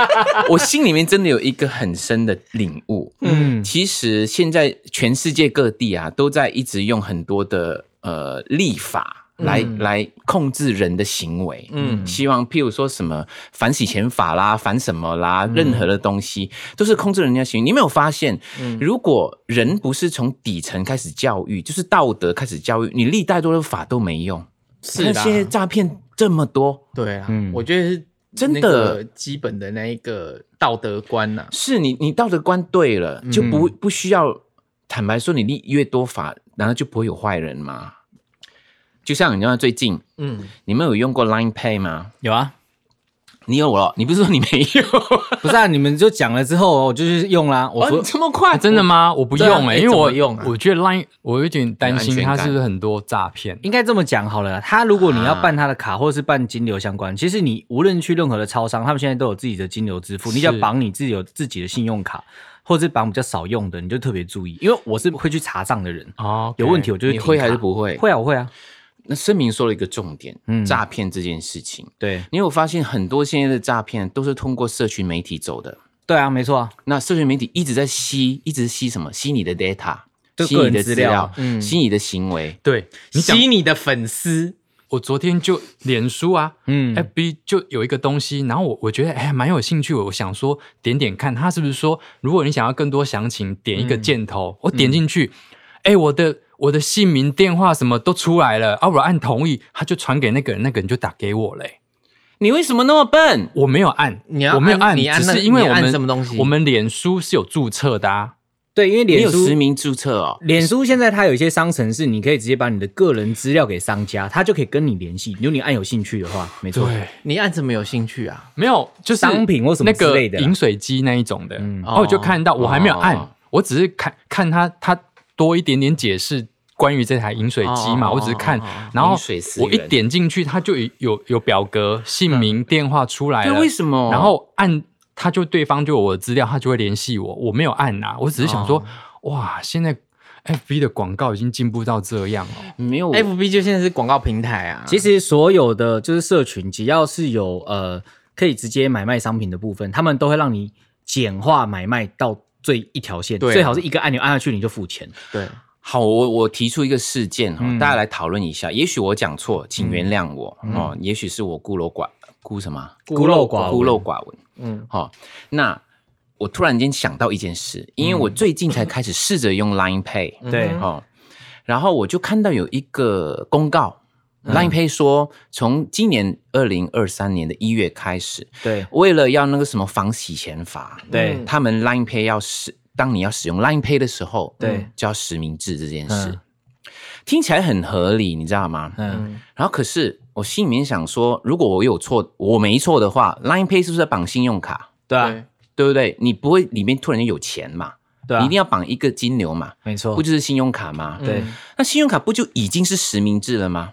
Speaker 2: 我 <laughs> 心里面真的有一个很深的领悟。嗯，其实现在全世界各地啊，都在一直用很多的呃立法。
Speaker 5: 嗯
Speaker 2: 来来控制人的行为，嗯，希望譬如说什么反洗钱法啦，反什么
Speaker 5: 嗯
Speaker 2: 啦，任何的东西都是控制人家行为。你有没有发现，
Speaker 5: 嗯
Speaker 2: 如果人不是从底层开始教育，就是道德开始教育，你立太多的法都没用。
Speaker 5: 是
Speaker 2: 那
Speaker 5: 啦，
Speaker 2: 些诈骗这么多，
Speaker 5: 对啊
Speaker 3: 嗯，
Speaker 5: 我觉得是
Speaker 2: 真的
Speaker 5: 那个基本的那一个道德观呐。
Speaker 2: 是你你道德观对了，
Speaker 3: 嗯
Speaker 2: 就不不需要。坦白说，你立越多法，难道就不会有坏人吗？就像你知道最近，
Speaker 5: 嗯，
Speaker 2: 你们有用过 Line Pay 吗？
Speaker 3: 有啊，
Speaker 2: 你有了，你不是说你没
Speaker 3: <laughs>
Speaker 2: 有？
Speaker 3: 不是啊，你们就讲了之后，我就是用啦。我说
Speaker 2: 哇，这么快，
Speaker 4: 啊真的吗？我不用
Speaker 5: 对啊哎
Speaker 4: 哎、因为我
Speaker 5: 怎么用啊
Speaker 4: 我觉得 Line 我有点担
Speaker 2: 没
Speaker 4: 心
Speaker 2: 有安全
Speaker 4: 它
Speaker 2: 感
Speaker 4: 是不是很多诈骗。
Speaker 3: 应该这么讲好了啦，他如果你要办他的卡或是办金流相
Speaker 2: 啊
Speaker 3: 关，其实你无论去任何的超商，他们现在都有自己的金流支付，你只要
Speaker 4: 是
Speaker 3: 绑你自己有自己的信用卡，或者是绑比较少用的，你就特别注意。因为我是会去查账的人，
Speaker 4: 哦
Speaker 3: 有问题，我就
Speaker 2: 你会
Speaker 3: 停卡
Speaker 2: 还是不会？
Speaker 3: 会啊，我会啊，
Speaker 2: 那声明说了一个重点，
Speaker 3: 嗯
Speaker 2: 诈骗这件事情，
Speaker 3: 对
Speaker 2: 你有发现很多现在的诈骗都是通过社群媒体走的。
Speaker 3: 对啊，没错啊，
Speaker 2: 那社群媒体一直在吸，一直吸什么？吸你的 data，
Speaker 3: 就
Speaker 2: 吸
Speaker 3: 个
Speaker 2: 你
Speaker 3: 人
Speaker 2: 的
Speaker 3: 资
Speaker 2: 资
Speaker 3: 料嗯
Speaker 2: 料，吸你的行为。
Speaker 4: 对你讲，
Speaker 5: 吸你的粉丝，
Speaker 4: 我昨天就脸书啊，
Speaker 3: 嗯，
Speaker 4: FB 就有一个东西，然后我我觉得哎蛮有兴趣，我想说点点看，它是不是说如果你想要更多详情，点一个箭头，
Speaker 5: 嗯
Speaker 4: 我点进去，哎、我的我的姓名、电话什么都出来了，啊，我按同意，他就传给那个人，那个人就打给我嘞、哎
Speaker 2: 你为什么那么笨？
Speaker 4: 我没有按，
Speaker 5: 你要
Speaker 4: 我没有
Speaker 5: 按
Speaker 4: 按，
Speaker 5: 你按
Speaker 4: 只
Speaker 5: 那
Speaker 4: 是因为
Speaker 5: 你
Speaker 4: 我
Speaker 5: 按
Speaker 4: 们
Speaker 5: 什么东西
Speaker 4: 我们脸书是有注册的啊，
Speaker 3: 对，因为
Speaker 2: 你
Speaker 3: 脸
Speaker 2: 有
Speaker 3: 书
Speaker 2: 实名注册哦。
Speaker 3: 脸书现在它有一些商城是你可以直接把你的个人资料给商家，他就可以跟你联系。如果你按有兴趣的话，没错，
Speaker 4: 对，
Speaker 5: 你按什么有兴趣啊？
Speaker 4: 没有就是
Speaker 3: 商品或什么
Speaker 4: 那个
Speaker 3: 之类的啦
Speaker 4: 饮水机那一种的，
Speaker 3: 嗯
Speaker 4: 然后我就看到，我还没有按，
Speaker 2: 哦
Speaker 4: 我只是看看他他多一点点解释关于这台饮水机嘛，
Speaker 2: 哦
Speaker 4: 我只是看，
Speaker 2: 哦哦
Speaker 4: 然后
Speaker 2: 饮水思
Speaker 4: 我
Speaker 2: 源
Speaker 4: 一点进去，它就有有有表格、姓名、电话出来
Speaker 2: 对，
Speaker 4: 了，
Speaker 2: 为什么？
Speaker 4: 然后按他就对方就有我的资料，他就会联系我，我没有按啊，我只是想说，
Speaker 3: 哦
Speaker 4: 哇，现在 FB 的广告已经进步到这样哦，
Speaker 2: 没有啊
Speaker 5: FB 就现在是广告平台啊，
Speaker 3: 其实所有的就是社群，只要是有呃可以直接买卖商品的部分，他们都会让你简化买卖到最一条线，
Speaker 5: 对啊
Speaker 3: 最好是一个按钮按下去你就付钱。
Speaker 5: 对，
Speaker 2: 好，我我提出一个事件哈、大家来讨论一下。也许我讲错，请原谅我、哦。也许是我孤陋寡孤什么
Speaker 3: 孤陋寡闻
Speaker 2: 孤陋寡闻。
Speaker 5: 嗯，
Speaker 2: 好、那我突然间想到一件事，因为我最近才开始试着用 Line Pay、
Speaker 3: 对
Speaker 5: 嗯哼
Speaker 2: 哦，然后我就看到有一个公告、l i n e Pay 说，从今年二零二三年的一月开始，
Speaker 3: 对
Speaker 2: 为了要那个什么防洗钱法，
Speaker 3: 对、
Speaker 5: 嗯
Speaker 2: 他们 Line Pay 要使，当你要使用 Line Pay 的时候，
Speaker 3: 对
Speaker 2: 就要实名制这件事，
Speaker 3: 嗯
Speaker 2: 听起来很合理，你知道吗？
Speaker 3: 嗯，
Speaker 5: 嗯，
Speaker 2: 然后可是我心里面想说，如果我有错，我没错的话，Line Pay 是不是在绑信用卡？
Speaker 3: 对啊，
Speaker 5: 对
Speaker 2: 对不对？你不会里面突然间有钱嘛？
Speaker 3: 对啊
Speaker 2: 你一定要绑一个金牛嘛，
Speaker 3: 没
Speaker 2: 不
Speaker 3: 错，
Speaker 2: 就是嗯信用卡吗？
Speaker 3: 对，
Speaker 2: 那信用卡不就已经是实名制了吗？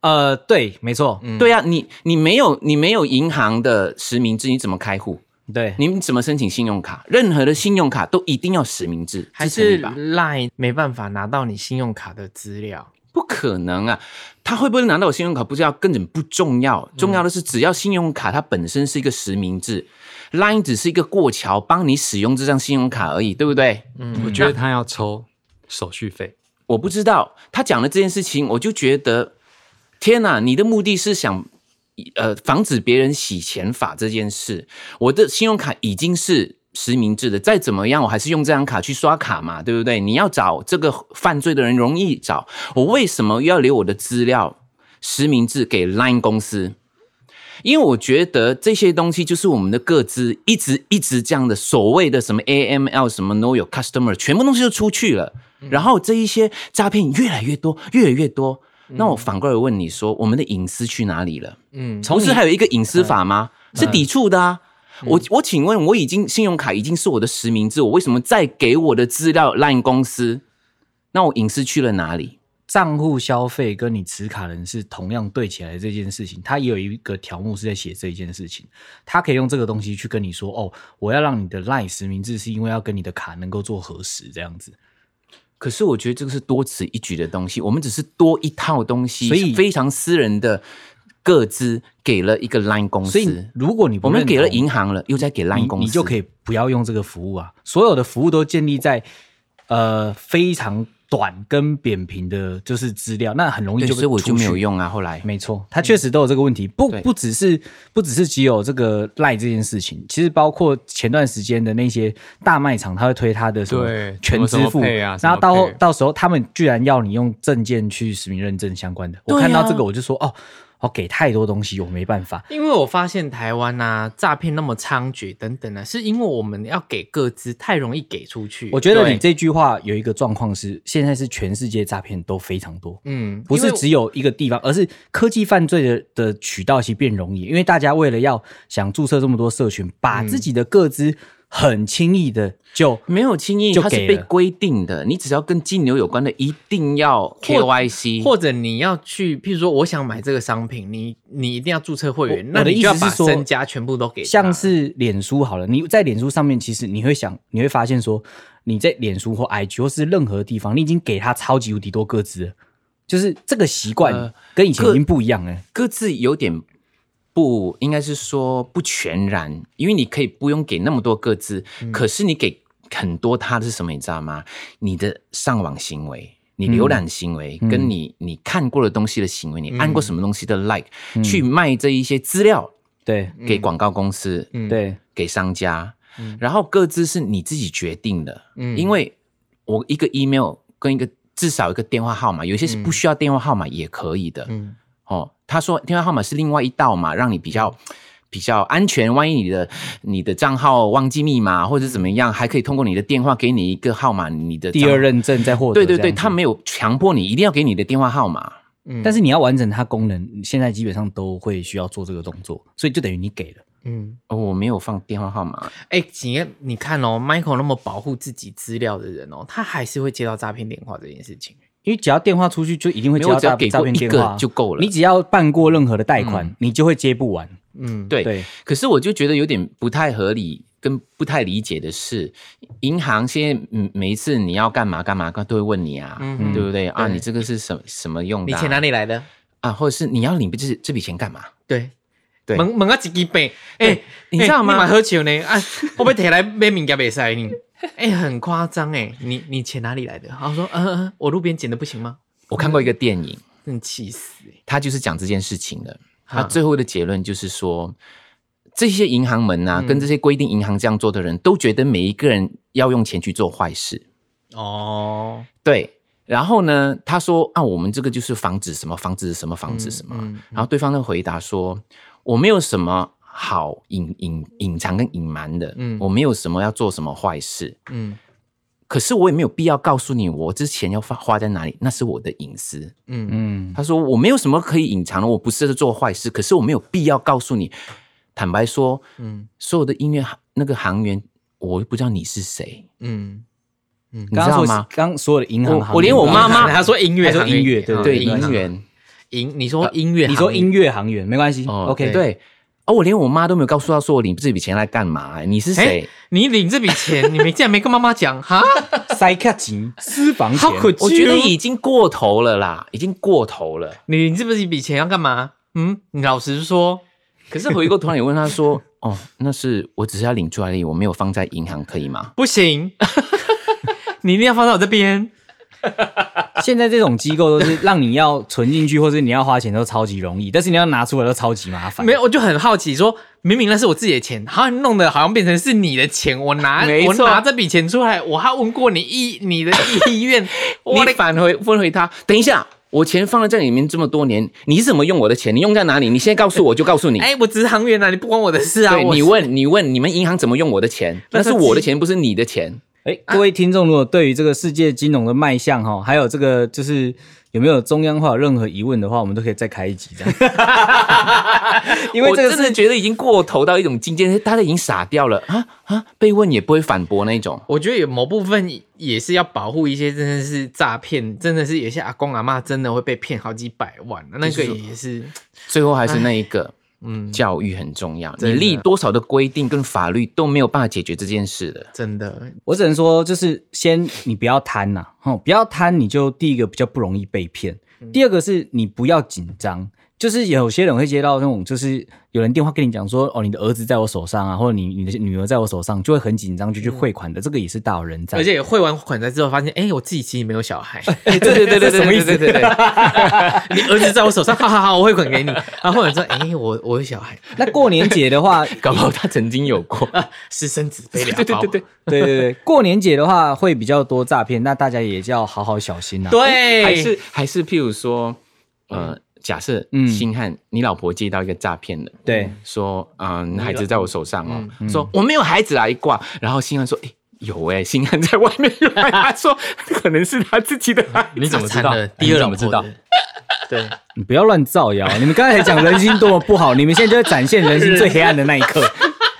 Speaker 3: 呃，对，没错，
Speaker 2: 对啊，你你没有你没有银行的实名制，你怎么开户？
Speaker 3: 对，
Speaker 2: 你怎么申请信用卡？任何的信用卡都一定要实名制，
Speaker 5: 还
Speaker 2: 这成立
Speaker 5: 是
Speaker 2: 吧
Speaker 5: Line 没办法拿到你信用卡的资料？
Speaker 2: 不可能啊！他会不会拿到我信用卡不知道，根本不重要。重要的是，只要信用卡它本身是一个实名制、l i n e 只是一个过桥，帮你使用这张信用卡而已，对不对？
Speaker 4: 我觉得他要抽手续费，
Speaker 2: 我不知道他讲的这件事情，我就觉得天哪！你的目的是想呃防止别人洗钱法这件事。我的信用卡已经是实名制的，再怎么样我还是用这张卡去刷卡嘛，对不对？你要找这个犯罪的人容易找，我为什么要留我的资料实名制给 Line 公司？因为我觉得这些东西就是我们的各自一直一直这样的所谓的什么 AML 什么 Know Your Customer，全部东西都出去了，然后这一些诈骗越来越多，越来越多。那我反过来问你说，我们的隐私去哪里了？
Speaker 5: 嗯，
Speaker 2: 不是还有一个隐私法吗？是抵触的啊。我我请问，我已经信用卡已经是我的实名制，我为什么再给我的资料烂公司？那我隐私去了哪里？
Speaker 3: 账户消费跟你持卡人是同样对起来这件事情，它也有一个条目是在写这一件事情，它可以用这个东西去跟你说，哦，我要让你的 LINE 实名制，是因为要跟你的卡能够做核实这样子。
Speaker 2: 可是我觉得这个是多此一举的东西，我们只是多一套东西，
Speaker 3: 所以
Speaker 2: 非常私人的各自给了一个 Line 公司，
Speaker 3: 所以如果你不
Speaker 2: 我们给了
Speaker 3: 认同
Speaker 2: 银行了，又再给 Line 公司，
Speaker 3: 你，你就可以不要用这个服务啊。所有的服务都建立在呃非常短跟扁平的，就是资料，那很容易
Speaker 2: 对，
Speaker 3: 就
Speaker 2: 所
Speaker 3: 被
Speaker 2: 以我就
Speaker 3: 出去
Speaker 2: 没有。用啊。后来
Speaker 3: 没错，它确实都有这个问题，不
Speaker 2: 对
Speaker 3: 不只是不只是只有这个赖这件事情，其实包括前段时间的那些大卖场，他会推他的什么
Speaker 4: 对
Speaker 3: 全支
Speaker 4: 什么什
Speaker 3: 付
Speaker 4: 么 Pay 啊什么
Speaker 3: 然后到
Speaker 4: Pay
Speaker 3: 到时候他们居然要你用证件去实名认证相关的，我看
Speaker 4: 啊
Speaker 3: 到这个我就说哦，哦给太多东西我没办法，
Speaker 5: 因为我发现台湾呐、诈骗那么猖獗等等呢、啊是因为我们要给各自太容易给出去。
Speaker 3: 我觉得你
Speaker 2: 对
Speaker 3: 这句话有一个状况是，现在是全世界诈骗都非常多，
Speaker 5: 嗯，
Speaker 3: 不是
Speaker 5: 因为
Speaker 3: 只有一个地方，而是科技犯罪的的渠道其实变容易，因为大家为了要想注册这么多社群，把
Speaker 5: 嗯
Speaker 3: 自己的个资很轻易的就
Speaker 2: 没有轻易，
Speaker 3: 就
Speaker 2: 它是
Speaker 3: 给
Speaker 2: 被
Speaker 3: 了
Speaker 2: 规定的，你只要跟金牛有关的，一定要 KYC
Speaker 5: 或者你要去，譬如说我想买这个商品，你你一定要注册会员，
Speaker 3: 我
Speaker 5: 那
Speaker 3: 我的
Speaker 5: 你
Speaker 3: 意
Speaker 5: 就要
Speaker 3: 思
Speaker 5: 把
Speaker 3: 是说
Speaker 5: 身家全部都给他
Speaker 3: 像是脸书好了，你在脸书上面，其实你会想，你会发现说，你在脸书或 IG 或是任何地方，你已经给他超级无敌多个资了，就是这个习惯
Speaker 2: 呃
Speaker 3: 跟以前已
Speaker 2: 个
Speaker 3: 经不一样了。
Speaker 2: 各自有点不，应该是说不全然，因为你可以不用给那么多各自，可是你给很多他的是什么，你知道吗？你的上网行为。你浏览行为、跟你你看过的东西的行为，你按过什么东西的 like，、去卖这一些资料
Speaker 3: 对
Speaker 2: 给广告公司，
Speaker 5: 嗯
Speaker 3: 对，
Speaker 2: 给商家，
Speaker 3: 嗯
Speaker 2: 然后各自是你自己决定的，
Speaker 5: 嗯
Speaker 2: 因为我一个 email 跟一个至少一个电话号码，有些
Speaker 3: 嗯
Speaker 2: 是不需要电话号码也可以的，
Speaker 5: 嗯
Speaker 2: 哦，他说电话号码是另外一道嘛，让你比较。
Speaker 3: 嗯
Speaker 2: 比较安全，万一你的你的账号忘记密码或者怎么样，还可以通过你的电话给你一个号码，你的账
Speaker 3: 嗯第二认证再获得，
Speaker 2: 对对对，
Speaker 3: 这样子
Speaker 2: 他没有强迫你一定要给你的电话号码，
Speaker 5: 嗯
Speaker 3: 但是你要完整它功能，你现在基本上都会需要做这个动作，所以就等于你给了。
Speaker 5: 嗯，
Speaker 2: 哦，我没有放电话号码，
Speaker 5: 哎、姐，你看哦，Michael 那么保护自己资料的人哦，他还是会接到诈骗电话这件事情。
Speaker 3: 因为只要电话出去，就一定会
Speaker 2: 没
Speaker 3: 接
Speaker 2: 有
Speaker 3: 到
Speaker 2: 我只要
Speaker 3: 诈
Speaker 2: 给
Speaker 3: 诈
Speaker 2: 过
Speaker 3: 骗
Speaker 2: 一
Speaker 3: 电话
Speaker 2: 个
Speaker 3: 啊
Speaker 2: 就够了。
Speaker 3: 你只要办过任何的贷款，你就会接不完。
Speaker 5: 嗯，
Speaker 2: 对
Speaker 3: 对，
Speaker 2: 可是我就觉得有点不太合理，跟不太理解的是，银行现在嗯每一次你要干嘛干嘛，都会问你啊，
Speaker 5: 嗯
Speaker 2: 对不对啊？
Speaker 5: 对
Speaker 2: 你这个是什什么用
Speaker 5: 你
Speaker 2: 的啊、
Speaker 5: 钱哪里来嗯的？
Speaker 2: 啊？或者是你要领这这笔钱干嘛？
Speaker 5: 对。
Speaker 2: 对
Speaker 5: 问问我自己背，哎、欸，
Speaker 2: 你知道吗
Speaker 5: 欸你买喝酒呢？啊， <laughs> 我被提来买物件袂使呢。哎、很夸张哎！你你钱哪里来的？然后说，嗯、嗯，我路边捡的不行吗？
Speaker 2: 我看过一个电影，
Speaker 5: 真气死、欸！
Speaker 2: 他就是讲这件事情的。
Speaker 5: 哈
Speaker 2: 他最后的结论就是说，这些银行们
Speaker 5: 嗯
Speaker 2: 啊，跟这些规定银行这样做的人都觉得每一个人要用钱去做坏事，
Speaker 5: 哦，
Speaker 2: 对。然后呢，他说啊，我们这个就是防止什么，防止什么，防止什么。
Speaker 5: 嗯
Speaker 2: 然后对方的回答说：“我没有什么好隐隐隐藏跟隐瞒的，
Speaker 5: 嗯
Speaker 2: 我没有什么要做什么坏事，
Speaker 5: 嗯
Speaker 2: 可是我也没有必要告诉你我之前要花花在哪里，那是我的隐私。
Speaker 5: 嗯
Speaker 3: 嗯，
Speaker 2: 他说我没有什么可以隐藏的，我不是在做坏事，可是我没有必要告诉你。坦白说，
Speaker 5: 嗯
Speaker 2: 所有的音乐行那个行员。我又不知道你是谁，
Speaker 5: 嗯，
Speaker 2: 你知道吗？
Speaker 3: 刚刚所有的银行行业，
Speaker 5: 我连我哦妈妈，
Speaker 3: 银行
Speaker 5: 她说音乐
Speaker 3: 她说
Speaker 5: 行业，
Speaker 3: 音乐对
Speaker 5: 好
Speaker 2: 对，
Speaker 5: 音
Speaker 2: 姻
Speaker 5: 乐
Speaker 2: 缘
Speaker 5: 音，你说音乐行业，
Speaker 3: 你说音乐行员没关系
Speaker 2: 哦
Speaker 3: ，OK，
Speaker 2: 对。哦，我连我妈都没有告诉她说我领这笔钱来干嘛、啊你是谁？
Speaker 5: 哎，你领这笔钱，你没竟然没跟妈妈讲 <laughs> 哈？
Speaker 3: 塞卡琴私房钱，
Speaker 5: could
Speaker 2: 我觉得已经过头了啦，已经过头了。
Speaker 5: 你领这笔钱要干嘛？嗯，你老实说，
Speaker 2: 可是回过头来，你问她说：“哦，那是我只是要领出来而已，我没有放在银行，可以吗
Speaker 5: 不 <laughs> 行，你一定要放到我这边。
Speaker 3: 现在这种机构都是让你要存进去，或是你要花钱都超级容易，但是你要拿出来都超级麻烦。
Speaker 5: 没有，我就很好奇说，明明那是我自己的钱，好像弄得好像变成是你的钱。我拿
Speaker 2: 没
Speaker 5: 我
Speaker 2: 错
Speaker 5: 拿这笔钱出来，我还问过你意 <laughs> 你的意愿，？”我
Speaker 2: 你
Speaker 5: 的
Speaker 2: 返回问回她：“等一下，我钱放在这里面这么多年，你是怎么用我的钱？你用在哪里？你现在告诉我，我就告诉你。
Speaker 5: 哎、我只是行员啊，你不关我的事啊。
Speaker 2: 对
Speaker 5: 我
Speaker 2: 你问，你问你们银行怎么用我的钱？
Speaker 5: 那
Speaker 2: 那
Speaker 5: 是
Speaker 2: 是我的钱，不是你的钱。
Speaker 3: 哎，各位听众，如果对于这个世界金融的卖相哈，还有这个就是有没有中央化有任何疑问的话，我们都可以再开一集
Speaker 2: <laughs>
Speaker 3: 这样。因为
Speaker 2: 我
Speaker 3: 这个
Speaker 2: 真的
Speaker 3: 是
Speaker 2: 觉得已经过头到一种境界，大家已经傻掉了啊啊！被问也不会反驳那种。
Speaker 5: 我觉得有某部分也是要保护一些真的是诈骗，真的是有些阿公阿妈真的会被骗好几百万，啊那个也是
Speaker 2: 最后还是那一个，
Speaker 5: 嗯
Speaker 2: 嗯，教育很重要。
Speaker 5: 真
Speaker 2: 你
Speaker 5: 的
Speaker 2: 立多少的规定跟法律都没有办法解决这件事的。
Speaker 5: <laughs> 真的。
Speaker 3: 我只能说，就是先你不要贪呐、哈，不要贪，你就第一个比较不容易被骗，
Speaker 2: 嗯
Speaker 3: 第二个是你不要紧张。就是有些人会接到那种，就是有人电话跟你讲说，哦，你的儿子在我手上啊，或者你你的女儿在我手上，就会很紧张，就去汇款的，这个也是大有人在。
Speaker 5: 而
Speaker 2: 嗯
Speaker 5: 且汇完款财之后，发现哎、我自己其实没有小
Speaker 2: <laughs>
Speaker 5: 孩，
Speaker 2: 对对对对
Speaker 3: 什么意
Speaker 2: 对
Speaker 3: 思
Speaker 2: 对对对。
Speaker 5: <laughs> 你儿子在我手上，哈哈哈，我汇款给你。然后或者说，哎、我我有小孩，
Speaker 3: 那过年节的话，
Speaker 2: 搞不好他曾经有过。
Speaker 5: 私生子被两
Speaker 2: <laughs>
Speaker 5: <laughs>
Speaker 2: 对对
Speaker 5: 包
Speaker 2: 对对，
Speaker 3: <laughs> 对对对，过年节的话会比较多诈骗，那大家也要好好小心啊。
Speaker 5: 对，
Speaker 2: 还是还是譬如说，呃，假设
Speaker 3: 嗯
Speaker 2: 星汉你老婆接到一个诈骗的，
Speaker 3: 对，
Speaker 2: 说嗯孩子在我手上哦，说我没有孩子啊一挂，然后星汉说哎。有哎、星汉在外面有孩子，他说可能是他自己的孩子。
Speaker 4: 你怎么知
Speaker 5: 惨
Speaker 4: 道
Speaker 5: 了？？
Speaker 4: 你
Speaker 5: 第二
Speaker 4: 怎么知道
Speaker 5: 老？婆的？对，
Speaker 3: 你嗯不要乱造 <laughs> 谣！你们刚才讲人心多么不好，你们现在就在展现人心最黑暗的那一刻。 <laughs> 啊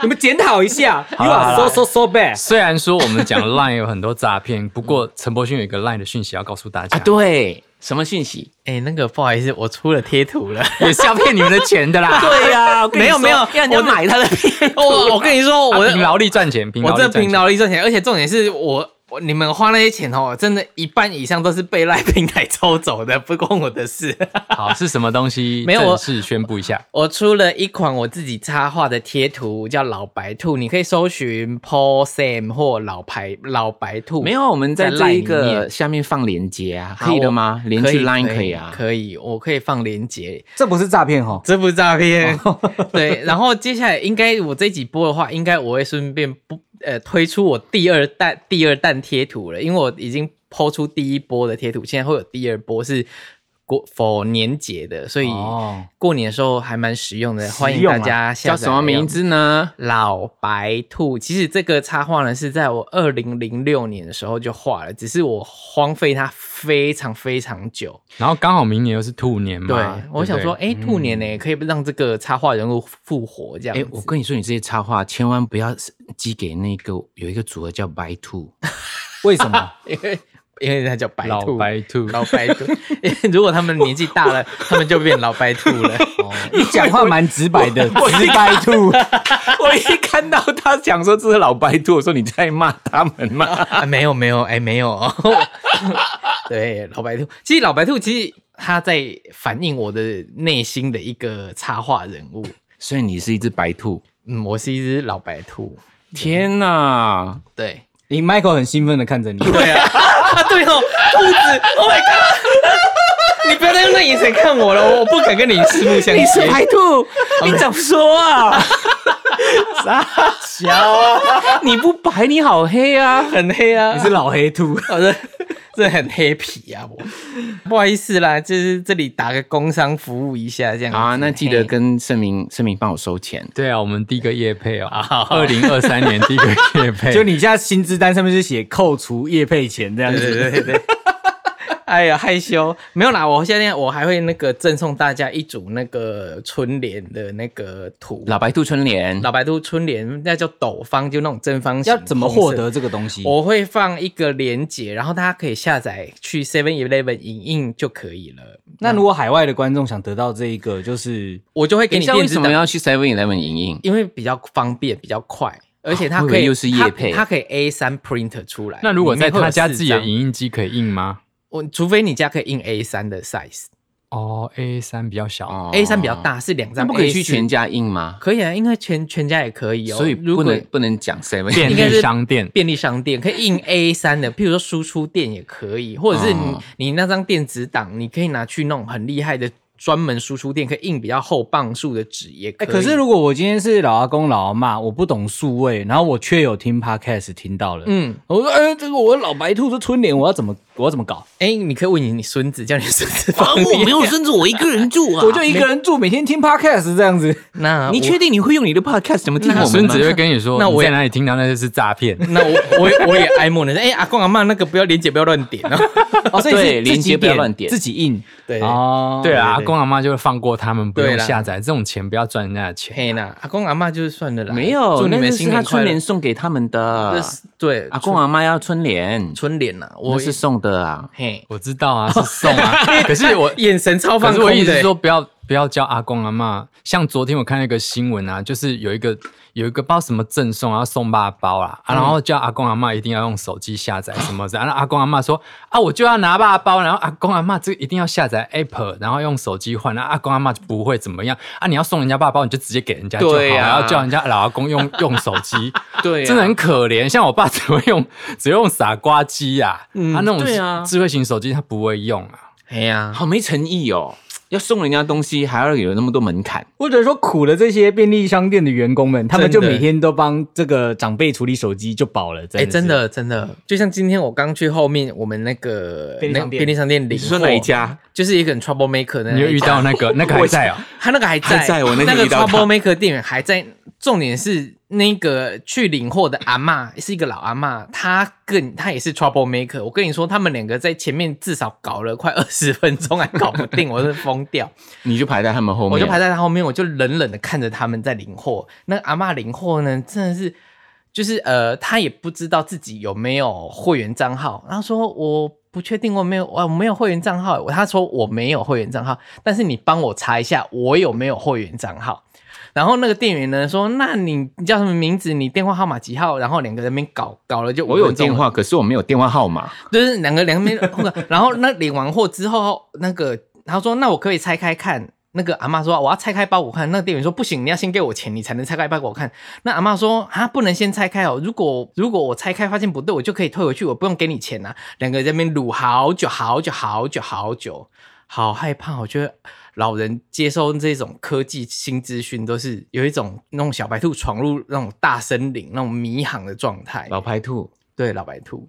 Speaker 3: 你们检讨一下，You
Speaker 4: 啦
Speaker 3: are so so so bad。
Speaker 4: 虽然说我
Speaker 5: <laughs>
Speaker 4: 们讲 Line 有很多诈骗，不过陈柏勋有一个 Line 的讯息要告诉大家，
Speaker 2: 啊，对，什么讯息？
Speaker 5: 哎、那个不好意思，我出了贴图了。
Speaker 4: 也是要骗你们的钱
Speaker 5: <laughs>
Speaker 4: 的啦。啊
Speaker 2: 对
Speaker 3: <laughs>
Speaker 2: 呀、我跟你
Speaker 5: 没有
Speaker 2: 说
Speaker 5: 没有
Speaker 2: 要人家
Speaker 5: 我
Speaker 2: 买他的啊片。
Speaker 5: <laughs> 我我跟你说，我
Speaker 4: 我凭劳力赚钱，凭
Speaker 5: 我
Speaker 4: 劳力
Speaker 5: 这
Speaker 4: 赚钱
Speaker 5: 凭劳力赚钱，而且重点是我我你们花那些钱哦，真的，一半以上都是被赖平台抽走的，不关我的事。 <laughs>
Speaker 4: 好是什么东西？
Speaker 5: 没有我
Speaker 4: 正式宣布一下。
Speaker 5: 我出了一款我自己插画的贴图，叫老白兔，你可以搜寻 Paul Sam 或老牌老白兔。
Speaker 2: 没有，我们在这
Speaker 5: 赖
Speaker 2: 一
Speaker 5: 里
Speaker 2: 个
Speaker 5: 面
Speaker 2: 下面放链接啊，
Speaker 5: 好
Speaker 2: 可以的吗？
Speaker 5: 我
Speaker 2: 连
Speaker 5: 可
Speaker 2: 去
Speaker 5: 以
Speaker 2: Line
Speaker 5: 可
Speaker 2: 可以啊。
Speaker 5: 可以，我可以放链接。
Speaker 3: 这不是诈骗哈，
Speaker 5: 这不是诈骗，
Speaker 2: 哦
Speaker 5: <laughs> 对。然后接下来应该我这几波的话，应该我会顺便不呃推出我第二弹第二弹贴图了，因为我已经抛出第一波的贴图，现在会有第二波是过 for 年节的，所以
Speaker 3: 哦
Speaker 5: 过年的时候还蛮实用的，欢迎
Speaker 3: 实用啊
Speaker 5: 大家下
Speaker 2: 叫
Speaker 5: 载。
Speaker 2: 什么名？字呢？
Speaker 5: 老白兔，其实这个插画呢是在我二零零六年的时候就画了，只是我荒废它非常非常久。
Speaker 4: 然后刚好明年又是兔年嘛，
Speaker 5: 对
Speaker 4: 对不，对，嗯
Speaker 5: 我想说，哎、兔年呢、可以让这个插画人物复活这样
Speaker 2: 哎、
Speaker 5: 子。
Speaker 2: 我跟你说，你这些插画千万不要寄给那个有一个组合叫白兔， <laughs>
Speaker 3: 为什么？
Speaker 5: 因为因为他叫白
Speaker 4: 老
Speaker 5: 兔，
Speaker 4: 白兔，
Speaker 5: 老白兔。因为如果他们年纪大了，他们就变老白兔了。
Speaker 4: 哦
Speaker 3: 你讲话蛮直白 <laughs> 的，直白兔。
Speaker 2: 我一看到他讲说这是老白兔，我说你在骂他们吗？
Speaker 5: 啊，没有没有，哎，没有。 <laughs> 哦。对，老白兔，其实老白兔其实他在反映我的内心的一个插画人物。
Speaker 2: <laughs> 所以你是一只白兔，
Speaker 5: 嗯，我是一只老白兔。
Speaker 2: 天哪！
Speaker 5: 对，
Speaker 3: 你 Michael 很兴奋的看着你，
Speaker 5: 对啊，啊对哦，兔子，Oh my god！你不要再用那眼神看我了，我不敢跟你四目相
Speaker 2: 你是
Speaker 5: 接。
Speaker 2: 白
Speaker 3: <laughs>
Speaker 2: 兔，你怎么说啊？傻小
Speaker 3: <laughs>
Speaker 2: 啊！你不白，你好黑啊！
Speaker 5: 很黑啊，
Speaker 3: 你是老黑兔。
Speaker 5: 我这这很黑皮啊，我不好意思啦，就是这里打个工商服务一下这样子
Speaker 2: 好啊，那记得
Speaker 5: 嘿
Speaker 2: 跟盛明，盛明帮我收钱。
Speaker 4: 对啊，我们第一个业配
Speaker 5: 啊
Speaker 4: 哦，二零二三年第一个业
Speaker 5: <laughs>
Speaker 4: 配，
Speaker 3: 就你现在薪资单上面是写扣除业配钱这样
Speaker 5: 对
Speaker 3: 子，
Speaker 5: 对对对， <laughs> 哎呀，害羞没有啦。我现在我还会那个赠送大家一组那个春联的那个图，
Speaker 2: 老白兔春联，
Speaker 5: 老白兔春联，那叫斗方，就那种正方形。
Speaker 3: 要怎么获？得这个东西？
Speaker 5: 我会放一个链接，然后大家可以下载去 Seven Eleven 影印就可以了。
Speaker 3: 那如果海外的观众想得到这一个，就是
Speaker 5: 我就会给
Speaker 2: 等一
Speaker 5: 你
Speaker 2: 下
Speaker 5: 电
Speaker 2: 为
Speaker 5: 子
Speaker 2: 什么
Speaker 5: 档，
Speaker 2: 要去 Seven Eleven 影印？
Speaker 5: 因为比较方便，比较快，而且它
Speaker 2: 啊我以
Speaker 5: 可
Speaker 2: 为
Speaker 5: 以
Speaker 2: 又是业配
Speaker 5: 它它可以 A 三 print 出来。
Speaker 4: 那如果
Speaker 5: 里面
Speaker 4: 在
Speaker 5: 会有
Speaker 4: 他家
Speaker 5: 四
Speaker 4: 自己的
Speaker 5: 张
Speaker 4: 影印机可以印吗？
Speaker 5: 我除非你家可以印 A 三的 size，A
Speaker 4: 哦，A 三比较小，
Speaker 2: 哦
Speaker 5: 三比较，大，是两
Speaker 2: 那
Speaker 5: 张。
Speaker 2: 不可以去全？家印吗？
Speaker 5: 可以啊，因为全全家也可以哦。
Speaker 2: 所以
Speaker 5: 如
Speaker 2: 不
Speaker 5: 果
Speaker 2: 能不能 <laughs> 讲 Seven
Speaker 4: 便
Speaker 5: 应该是
Speaker 4: 利商店
Speaker 5: 便利商店可以
Speaker 2: <laughs>
Speaker 5: 印 A 三的，譬如说输出店也可以，或者是你、
Speaker 2: 哦
Speaker 5: 你那张电子档，你可以拿去那种很厉害的专门输出店，可以印比较厚磅数的纸也可
Speaker 3: 哎、
Speaker 5: 以。
Speaker 3: 可是如果我今天是老阿公老阿妈，我不懂数位，然后我却有听 podcast 听到了，
Speaker 5: 嗯，
Speaker 3: 我说，哎、这个我老白兔的春联，我要怎么，我要怎么搞？
Speaker 5: 哎、你可以问你你孙子，叫你孙子
Speaker 2: <laughs>
Speaker 5: 帮你。
Speaker 2: 啊我没有孙子，我一个人住啊
Speaker 3: 我就一个人住，每天听 podcast 这
Speaker 5: <laughs>
Speaker 3: 样子。
Speaker 5: 那
Speaker 2: 你
Speaker 5: 我
Speaker 2: 确定你会用你的 podcast 怎么听我们吗？
Speaker 4: 孙子会跟你说，
Speaker 5: 那
Speaker 4: 那
Speaker 5: 我
Speaker 4: 我
Speaker 5: 也
Speaker 4: 在哪里听到那就是诈骗。
Speaker 5: 那我我也我也哀莫能哎、阿公阿妈那个不要连姐不要乱点哦。
Speaker 3: 哦，所以
Speaker 2: 对
Speaker 3: 是自
Speaker 2: 连
Speaker 3: 己
Speaker 2: 接不要乱点
Speaker 3: 自己印。
Speaker 5: 对
Speaker 3: 哦，
Speaker 4: 对啊，
Speaker 5: 对
Speaker 4: 阿
Speaker 5: 对
Speaker 4: 公阿妈就会放过他们，不
Speaker 5: 对
Speaker 4: 用
Speaker 5: 啦
Speaker 4: 下载这种钱，不要赚人家的钱。
Speaker 5: 嘿啦，阿公阿妈就是算了啦。
Speaker 2: 没有，
Speaker 5: 祝你
Speaker 2: 那
Speaker 5: 们
Speaker 2: 个
Speaker 5: 新
Speaker 2: 是
Speaker 5: 年
Speaker 2: 他
Speaker 5: 快
Speaker 2: 春
Speaker 5: 乐
Speaker 2: 联。送给他们的
Speaker 5: 这。是对，
Speaker 2: 阿公阿妈要春联，
Speaker 5: 春联啦，我
Speaker 2: 那是送的啊。
Speaker 5: 嘿，
Speaker 4: 我知道啊，是送啊， <laughs> 可是我
Speaker 5: <laughs> 眼神超
Speaker 4: 可
Speaker 5: 哦放
Speaker 4: 是
Speaker 5: 空
Speaker 4: 我
Speaker 5: 的。欸
Speaker 4: 一直说不要不要叫阿公阿妈。像昨天我看那个新闻啊，就是有一个有一个不知道什么赠送，然后送爸包啦、
Speaker 5: 嗯
Speaker 4: 啊，然后叫阿公阿妈一定要用手机下载什么的。然后阿公阿妈说啊，我就要拿爸包，然后阿公阿妈这个一定要下载 app，然后用手机换。那阿公阿妈就不会怎么样啊，你要送人家爸包，你就直接给人家就好，
Speaker 5: 对呀
Speaker 4: 然后叫人家老阿公用 <laughs> 用手机，
Speaker 5: <laughs> 对啊
Speaker 4: 真的很可怜。像我爸只会用只会用傻瓜机呀、啊，
Speaker 5: 嗯
Speaker 4: 他、那
Speaker 2: 对啊
Speaker 4: 种智慧型手机他不会用啊。
Speaker 5: 哎呀，
Speaker 2: 好没诚意哦！要送人家东西，还要有那么多门槛。
Speaker 3: 或者说苦了这些便利商店的员工们，他们就
Speaker 5: 真的
Speaker 3: 每天都帮这个长辈处理手机就饱了。
Speaker 5: 哎、
Speaker 3: 真的是
Speaker 5: 真，的真的，就像今天我刚去后面我们那个
Speaker 3: 便利
Speaker 5: 那
Speaker 3: 商店
Speaker 5: 便利商店领货，
Speaker 2: 家？
Speaker 5: 就是一个很 trouble maker 的那
Speaker 4: 你有
Speaker 5: 一
Speaker 4: 遇
Speaker 5: 家
Speaker 4: 到那个那个还在哦、
Speaker 5: 他那个还在，
Speaker 2: 还在我那
Speaker 5: 那
Speaker 2: 天
Speaker 5: 个
Speaker 2: 遇到他
Speaker 5: trouble maker 店员还在。重点是那个去领货的阿嬷是一个老阿嬷，她更她也是 trouble maker。我跟你说，他们两个在前面至少搞了快二十分钟，还搞不定，我是疯掉。
Speaker 2: 你就排在他们后面，
Speaker 5: 我就排在他后面，我就冷冷的看着他们在领货。那阿嬷领货呢，真的是，就是呃，她也不知道自己有没有会员账号，然后说我不确定我没有，我没有会员账号。她说我没有会员账号，但是你帮我查一下我有没有会员账号。然后那个店员呢说：“那你你叫什么名字？你电话号码几号？”然后两个人在那边搞搞了就五
Speaker 2: 我有
Speaker 5: 分钟
Speaker 2: 电
Speaker 5: 了
Speaker 2: 话，可是我没有电话号码。
Speaker 5: 就是两个两边，然后那领完货之后，那个他说：“那我可以拆开看。”那个阿妈说：“我要拆开包裹看。”那个店员说：“不行，你要先给我钱，你才能拆开包裹看。”那阿妈说：“啊，不能先拆开哦，如果 <laughs> 如果我拆开发现不对，我就可以退回去，我不用给你钱啊。”两个人在那边撸好久好久好久好久，好害怕。我觉得老人接收这种科技新资讯，都是有一种那种小白兔闯入那种大森林、那种迷航的状态。
Speaker 2: 老白兔，
Speaker 5: 对，老白兔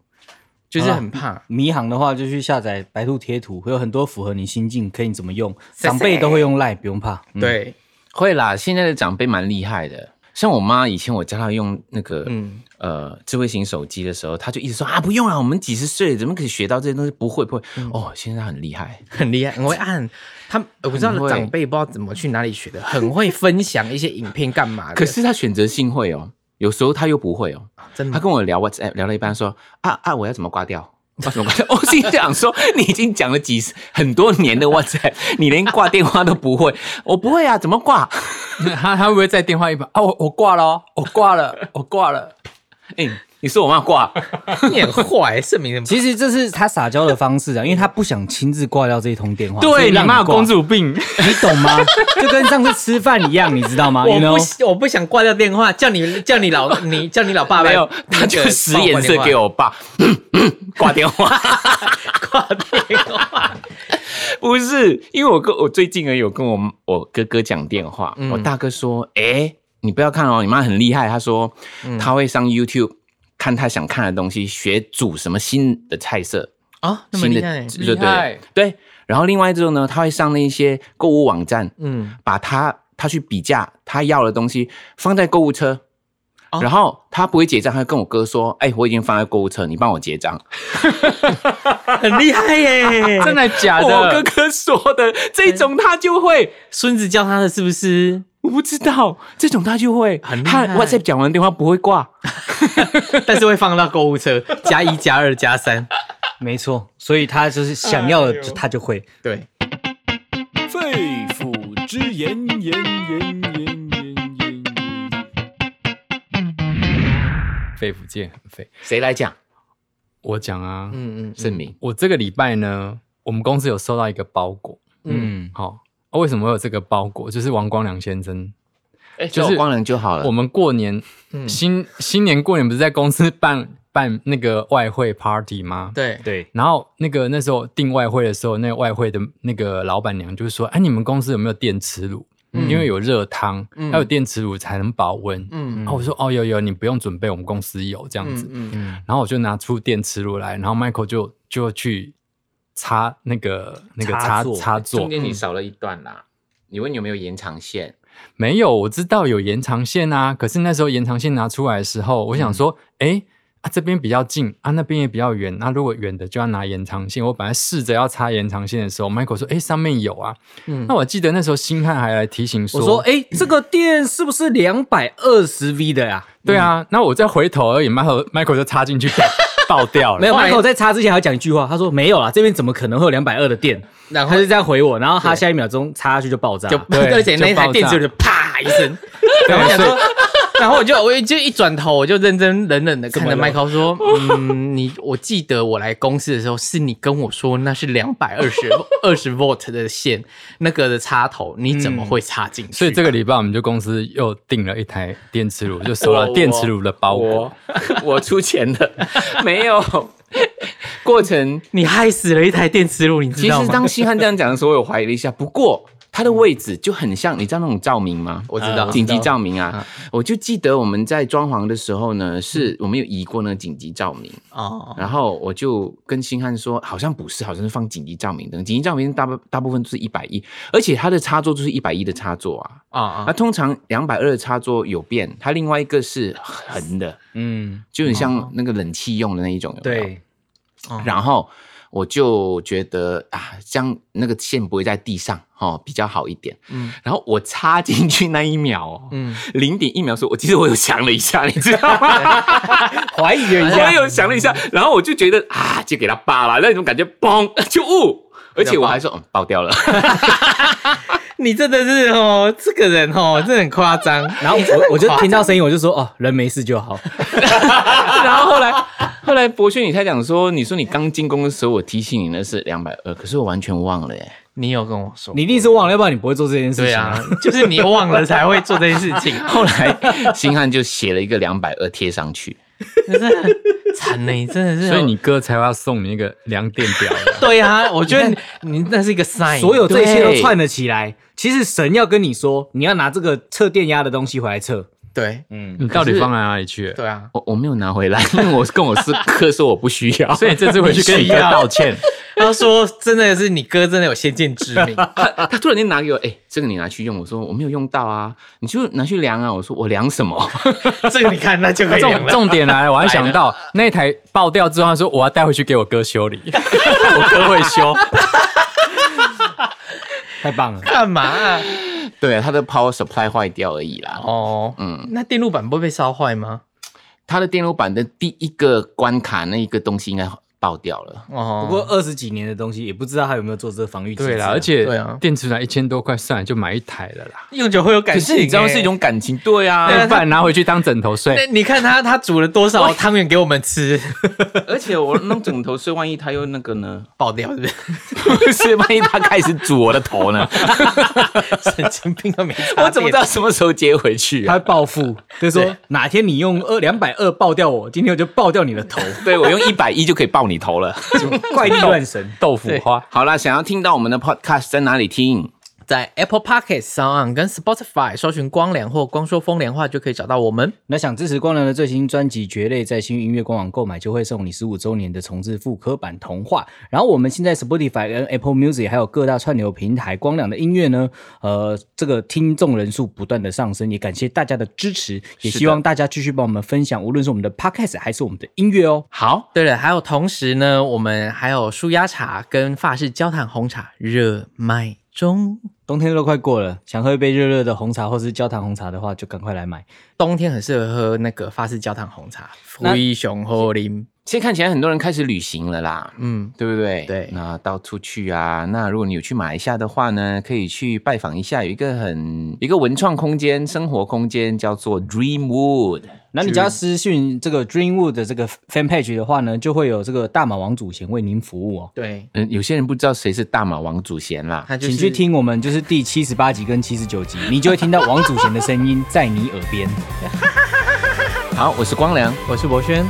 Speaker 5: 就是很怕。
Speaker 3: 迷航的话就去下载白兔贴图，会有很多符合你心境，可以怎么用，
Speaker 5: 谢谢
Speaker 3: 长辈都会用 line，不用怕。嗯，
Speaker 5: 对，
Speaker 2: 会啦。现在的长辈蛮厉害的，像我妈以前我教她用那个，
Speaker 5: 嗯
Speaker 2: 呃，智慧型手机的时候，她就一直说啊，不用啊，我们几十岁了怎么可以学到这些东西？不会不会，哦，现在很厉害。
Speaker 5: 很厉害，很会按。他 <laughs> 们我不知道
Speaker 2: 很会
Speaker 5: 长辈不知道怎么去哪里学的，很会分享一些影片干嘛的。
Speaker 2: 可是她选择性会哦，有时候她又不会哦。
Speaker 5: 真
Speaker 2: 她
Speaker 5: 的，
Speaker 2: 跟我聊 WhatsApp 聊到一半说啊啊，我要怎么挂掉？我要怎么挂掉？ <laughs> 我心想说，你已经讲了几十很多年的 WhatsApp，你连挂电话都不会。我不会啊，怎么挂？
Speaker 4: <laughs> 他 <laughs> 他会不会在电话一旁啊？我我挂了哦，我挂了，我挂了。
Speaker 2: 哎、你说我妈
Speaker 5: <laughs>
Speaker 2: 挂，
Speaker 5: 你很坏， <laughs> 盛明人。
Speaker 3: 其实这是他撒娇的方式啊，因为他不想亲自挂掉这一通电话。所以
Speaker 4: <laughs> 对你
Speaker 3: 让
Speaker 4: 妈有
Speaker 3: 挂
Speaker 4: 公，主病，
Speaker 3: 你懂吗？ <laughs> 就跟上次吃饭一样，你知道
Speaker 5: <laughs>
Speaker 3: 吗？
Speaker 5: 我
Speaker 3: You know？
Speaker 5: 不喜我不想挂掉电话，叫你叫你 <laughs> 老你叫你老爸
Speaker 2: 没
Speaker 5: 来
Speaker 2: 有，
Speaker 5: 那
Speaker 2: 她
Speaker 5: 个
Speaker 2: 就使
Speaker 5: 帮
Speaker 2: 眼色给
Speaker 5: 我
Speaker 2: 我爸， <laughs> 挂电话。
Speaker 5: 挂电话。
Speaker 2: 不是，因为我跟我最近也有跟我我哥哥讲电话，
Speaker 5: 嗯
Speaker 2: 我大哥说，哎、你不要看哦，你妈很厉害，他说
Speaker 5: 嗯
Speaker 2: 他会上 YouTube 看他想看的东西，学煮什么新的菜色。
Speaker 5: <laughs> 哦，那么
Speaker 2: 新
Speaker 5: 厉
Speaker 2: 的
Speaker 5: 害，
Speaker 2: 就对
Speaker 4: 厉害
Speaker 2: 了对。然后另外之后呢，他会上那一些购物网站，
Speaker 5: 嗯，
Speaker 2: 把他他去比价他要的东西放在购物车，
Speaker 5: 哦
Speaker 2: 然后他不会结账，他就跟我哥说：“哎、我已经放在购物车，你帮我结账。
Speaker 5: 很厉害耶！
Speaker 4: <laughs> 真的假
Speaker 2: 我哥
Speaker 4: 的？
Speaker 2: 哥说的这种他就会，
Speaker 5: <laughs> 孙子教他的是不是？
Speaker 2: 我不知道这种他就会，
Speaker 5: 很厉
Speaker 2: 他
Speaker 5: 害
Speaker 2: WhatsApp 讲完电话不会挂，
Speaker 5: 但是会放到购物车，呃加一加二加三。
Speaker 3: 没错，所以他就是想要的，他就会。
Speaker 5: 对，
Speaker 1: 肺腑之言，言言言言言言。
Speaker 4: 肺腑之言很肺。
Speaker 2: 谁来讲？
Speaker 4: 我讲啊，
Speaker 5: 嗯嗯
Speaker 2: 盛明，
Speaker 4: 我这个礼拜呢，我们公司有收到一个包裹。
Speaker 5: 嗯，
Speaker 3: 嗯，
Speaker 4: 好、啊为什么会有这个包裹？就是王光良先生。
Speaker 2: 就是光人就好了。
Speaker 4: 我们过年、
Speaker 5: 嗯
Speaker 4: 新新年过年不是在公司办办那个外汇 party 吗？。
Speaker 5: 对，
Speaker 3: 对，
Speaker 4: 然后那个那时候订外汇的时候，那个外汇的那个老板娘就说：“哎，你们公司有没有电磁炉？
Speaker 5: 嗯
Speaker 4: 因为有热汤，
Speaker 5: 嗯
Speaker 4: 要有电磁炉才能保温。”
Speaker 5: 嗯
Speaker 4: 然后我说：“哦，有有，你不用准备，我们公司有这样子。
Speaker 5: 嗯嗯
Speaker 4: 然后我就拿出电磁炉来，然后 Michael 就就去插那个那个
Speaker 3: 插
Speaker 4: 插
Speaker 3: 座
Speaker 4: 插座
Speaker 2: 中，间你少了一段啦。你问有没有延长线？
Speaker 4: 没有，我知道有延长线啊，可是那时候延长线拿出来的时候，我想说，哎、啊这边比较近啊，那边也比较远，那、如果远的就要拿延长线。我本来试着要插延长线的时候，Michael 说，哎、上面有啊。
Speaker 5: 嗯
Speaker 4: 那我记得那时候星汉还来提醒说，
Speaker 3: 我说，哎，这个电是不是两百二十 V 的呀？
Speaker 4: 对啊，那我再回头而已，Michael Michael 就插进去 <laughs> 爆
Speaker 3: <laughs>
Speaker 4: 掉了。
Speaker 3: 没有
Speaker 5: 后来
Speaker 3: ，Michael 在插之前还讲一句话，他说没有啦，这边怎么可能会有两百二的电？
Speaker 5: 然
Speaker 3: 他
Speaker 5: 后
Speaker 3: 就这样回我，然后他下一秒钟插下去就爆炸。
Speaker 5: 就 <laughs>
Speaker 4: 对
Speaker 5: 而且那一
Speaker 4: 就爆炸
Speaker 5: 台电池就啪一声，
Speaker 4: 对
Speaker 5: 然后想
Speaker 4: 所以
Speaker 5: 说。 <laughs> 然后我就我就一转头，我就认真冷冷的看着
Speaker 3: 怎么
Speaker 5: 麦
Speaker 3: 了
Speaker 5: 克说：“嗯，你我记得我来公司的时候，是你跟我说那是两百二十 <laughs> 二十 volt 的线，那个的插头，你怎么会插进去？”
Speaker 4: 所以这个礼拜我们就公司又订了一台电磁炉，就收了电磁炉的包
Speaker 2: <laughs>
Speaker 4: 裹。
Speaker 2: 我出钱的，没有。过程
Speaker 5: 你害死了一台电磁炉，你知
Speaker 2: 其
Speaker 5: 道
Speaker 2: 实
Speaker 5: 吗？
Speaker 2: 当星汉这样讲的时候，我有怀疑了一下。不过它的位置就很像，你知道那种照明吗？
Speaker 5: <laughs> 我知道嗯
Speaker 2: 紧急照明啊。我就记得我们在装潢的时候呢，是我们有移过那个紧急照明，
Speaker 5: 哦，
Speaker 2: 然后我就跟星汉说，好像不是，好像是放紧急照明灯。紧急照明灯大部大部分都是一百一，而且它的插座就是一百一的插座啊。
Speaker 5: 啊
Speaker 2: 那
Speaker 5: 啊，
Speaker 2: 通常两百二的插座有变，它另外一个是横的，
Speaker 3: 嗯，
Speaker 2: 就很
Speaker 5: 哦
Speaker 2: 像那个冷气用的那一种。有没有
Speaker 3: 对，
Speaker 2: 然后我就觉得啊，这样那个线不会在地上哦，比较好一点。
Speaker 5: 嗯
Speaker 2: 然后我插进去那一秒哦，
Speaker 5: 嗯，
Speaker 2: 零点一秒的时候，我其实我有想了一下，你知 <laughs> 道吗？
Speaker 3: 怀疑了一
Speaker 2: 我
Speaker 3: 下，
Speaker 2: 有想了一下，然后我就觉得啊，就给它扒了，那种感觉嘣 <laughs> 就雾，而且我还说嗯爆掉了。
Speaker 5: 你真的是哦，这个人 <laughs> 哦，真的很夸张。
Speaker 3: 然后我我就听到声音，我就说哦，人没事就好。
Speaker 2: <laughs> 然后后来后来博轩你才讲说，你说你刚进公司的时候，我提醒你那是两百二，可是我完全忘 <laughs> 了耶。
Speaker 5: 你有跟我说，
Speaker 3: 你一定是忘了，要不然你不会做这件事
Speaker 5: 对
Speaker 3: 情。
Speaker 5: 啊，， <laughs> 就是你忘了才会做这件事情， <laughs>
Speaker 2: 后来星汉就写了一个两百二贴上去。
Speaker 5: 真的很惨呢，你真的是。
Speaker 4: 所以你哥才要送你那个量电表的。
Speaker 5: <laughs> 对啊，我觉得你你那是一个
Speaker 4: 哎
Speaker 5: sign，
Speaker 3: 所有这些都
Speaker 2: 对
Speaker 3: 串了起来。其实神要跟你说，你要拿这个测电压的东西回来测。
Speaker 5: 对
Speaker 4: 你到底放在哪里去了？
Speaker 5: 对啊，
Speaker 2: 我我没有拿回来， <laughs> 因为我跟我师哥说我不需要，
Speaker 4: 所以你这
Speaker 2: <laughs>
Speaker 4: 次回去跟你哥道歉，
Speaker 5: 他说真的是你哥真的有先见之明，
Speaker 2: 他他突然间拿给我，哎、这个你拿去用，我说我没有用到啊，你就拿去量啊，我说我量什么？
Speaker 5: <laughs>
Speaker 2: <laughs>
Speaker 5: 这个你看那就可以用
Speaker 4: <laughs> 重
Speaker 5: 了。！
Speaker 4: 重点来了，我还想到那台爆掉之后，他说我要带回去给我哥
Speaker 2: <laughs>
Speaker 4: 修理，我哥会修。
Speaker 3: <laughs> 太棒了
Speaker 5: 干嘛啊、
Speaker 2: 对啊，他的 power supply 坏掉而已啦。
Speaker 5: 哦，
Speaker 2: 嗯，
Speaker 5: 那电路板不会被烧坏吗？
Speaker 2: 他的电路板的第一个关卡那一个东西应该爆掉了。
Speaker 5: 哦，
Speaker 3: 不过二十几年的东西，也不知道他有没有做这个防御机制啊。
Speaker 4: 对啦，而且
Speaker 5: 对啊
Speaker 4: 电池来一千多块，算了，就买一台了啦。
Speaker 5: 用久会有感
Speaker 2: 可
Speaker 5: 情欸、
Speaker 2: 是你知道是一种感情，对啊，
Speaker 5: 对啊
Speaker 4: 不然拿回去当枕头
Speaker 5: 欸那
Speaker 4: 睡。
Speaker 5: 你看他他煮了多少汤圆给我们吃，
Speaker 2: 而且我弄枕头睡，万一他又那个呢？
Speaker 5: <laughs> 爆掉是不是？
Speaker 4: <laughs>
Speaker 2: 是万一他开始煮我的 <laughs> 头呢？
Speaker 5: 神经病都没差别。
Speaker 2: 我怎么知道什么时候接回去
Speaker 3: 他
Speaker 2: 啊 <laughs>
Speaker 3: 会？报复，就是说哪天你用二两百二爆掉我，今天我就爆掉你的头，
Speaker 2: 对我用一百一就可以爆你头了。 <laughs>
Speaker 3: 怪力乱神。
Speaker 4: 豆腐花，
Speaker 2: 好啦，想要听到我们的 podcast 在哪里听？
Speaker 5: 在 Apple Podcast 上跟 Spotify 搜寻“光良”或“光说风凉话”就可以找到我们。
Speaker 3: 那想支持光良的最新专辑《蕨类》，在幸运音乐官网购买就会送你十五周年的重置复刻版《童话》。然后我们现在 Spotify 跟 Apple Music 还有各大串流平台，光良的音乐呢，呃，这个听众人数不断的上升，也感谢大家的支持，也
Speaker 2: 是的
Speaker 3: 希望大家继续帮我们分享，无论是我们的 Podcast 还是我们的音乐哦。
Speaker 2: 好，
Speaker 5: 对了，还有同时呢，我们还有舒压茶跟法式焦糖红茶热卖中。
Speaker 3: 冬天都快过了，想喝一杯热热的红茶或是焦糖红茶的话，就赶快来买。
Speaker 5: 冬天很适合喝那个法式焦糖红茶，
Speaker 3: 那
Speaker 5: 非常好啉。
Speaker 2: 现在看起来很多人开始旅行了啦。
Speaker 5: 嗯，
Speaker 2: 对不对？
Speaker 5: 对
Speaker 2: 那到处去啊。那如果你有去马来西亚的话呢，可以去拜访一下，有一个很一个文创空间、生活空间，叫做 Dreamwood。
Speaker 3: 那你只要私讯这个 Dreamwood 的这个 fan page 的话呢，就会有这个大马王祖贤为您服务哦。
Speaker 5: 对，
Speaker 2: 嗯，有些人不知道谁是大马王祖贤啦。
Speaker 5: 它就是
Speaker 3: 请去听我们就是第七十八集跟七十九集，你就会听到王祖贤的声音在你耳边。
Speaker 2: 好，我是光良，
Speaker 5: 我是博轩。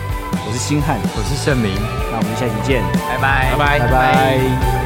Speaker 3: 我是星汉，
Speaker 4: 我是盛明，
Speaker 3: 那我们下期见，
Speaker 4: 拜拜，拜拜
Speaker 3: 拜拜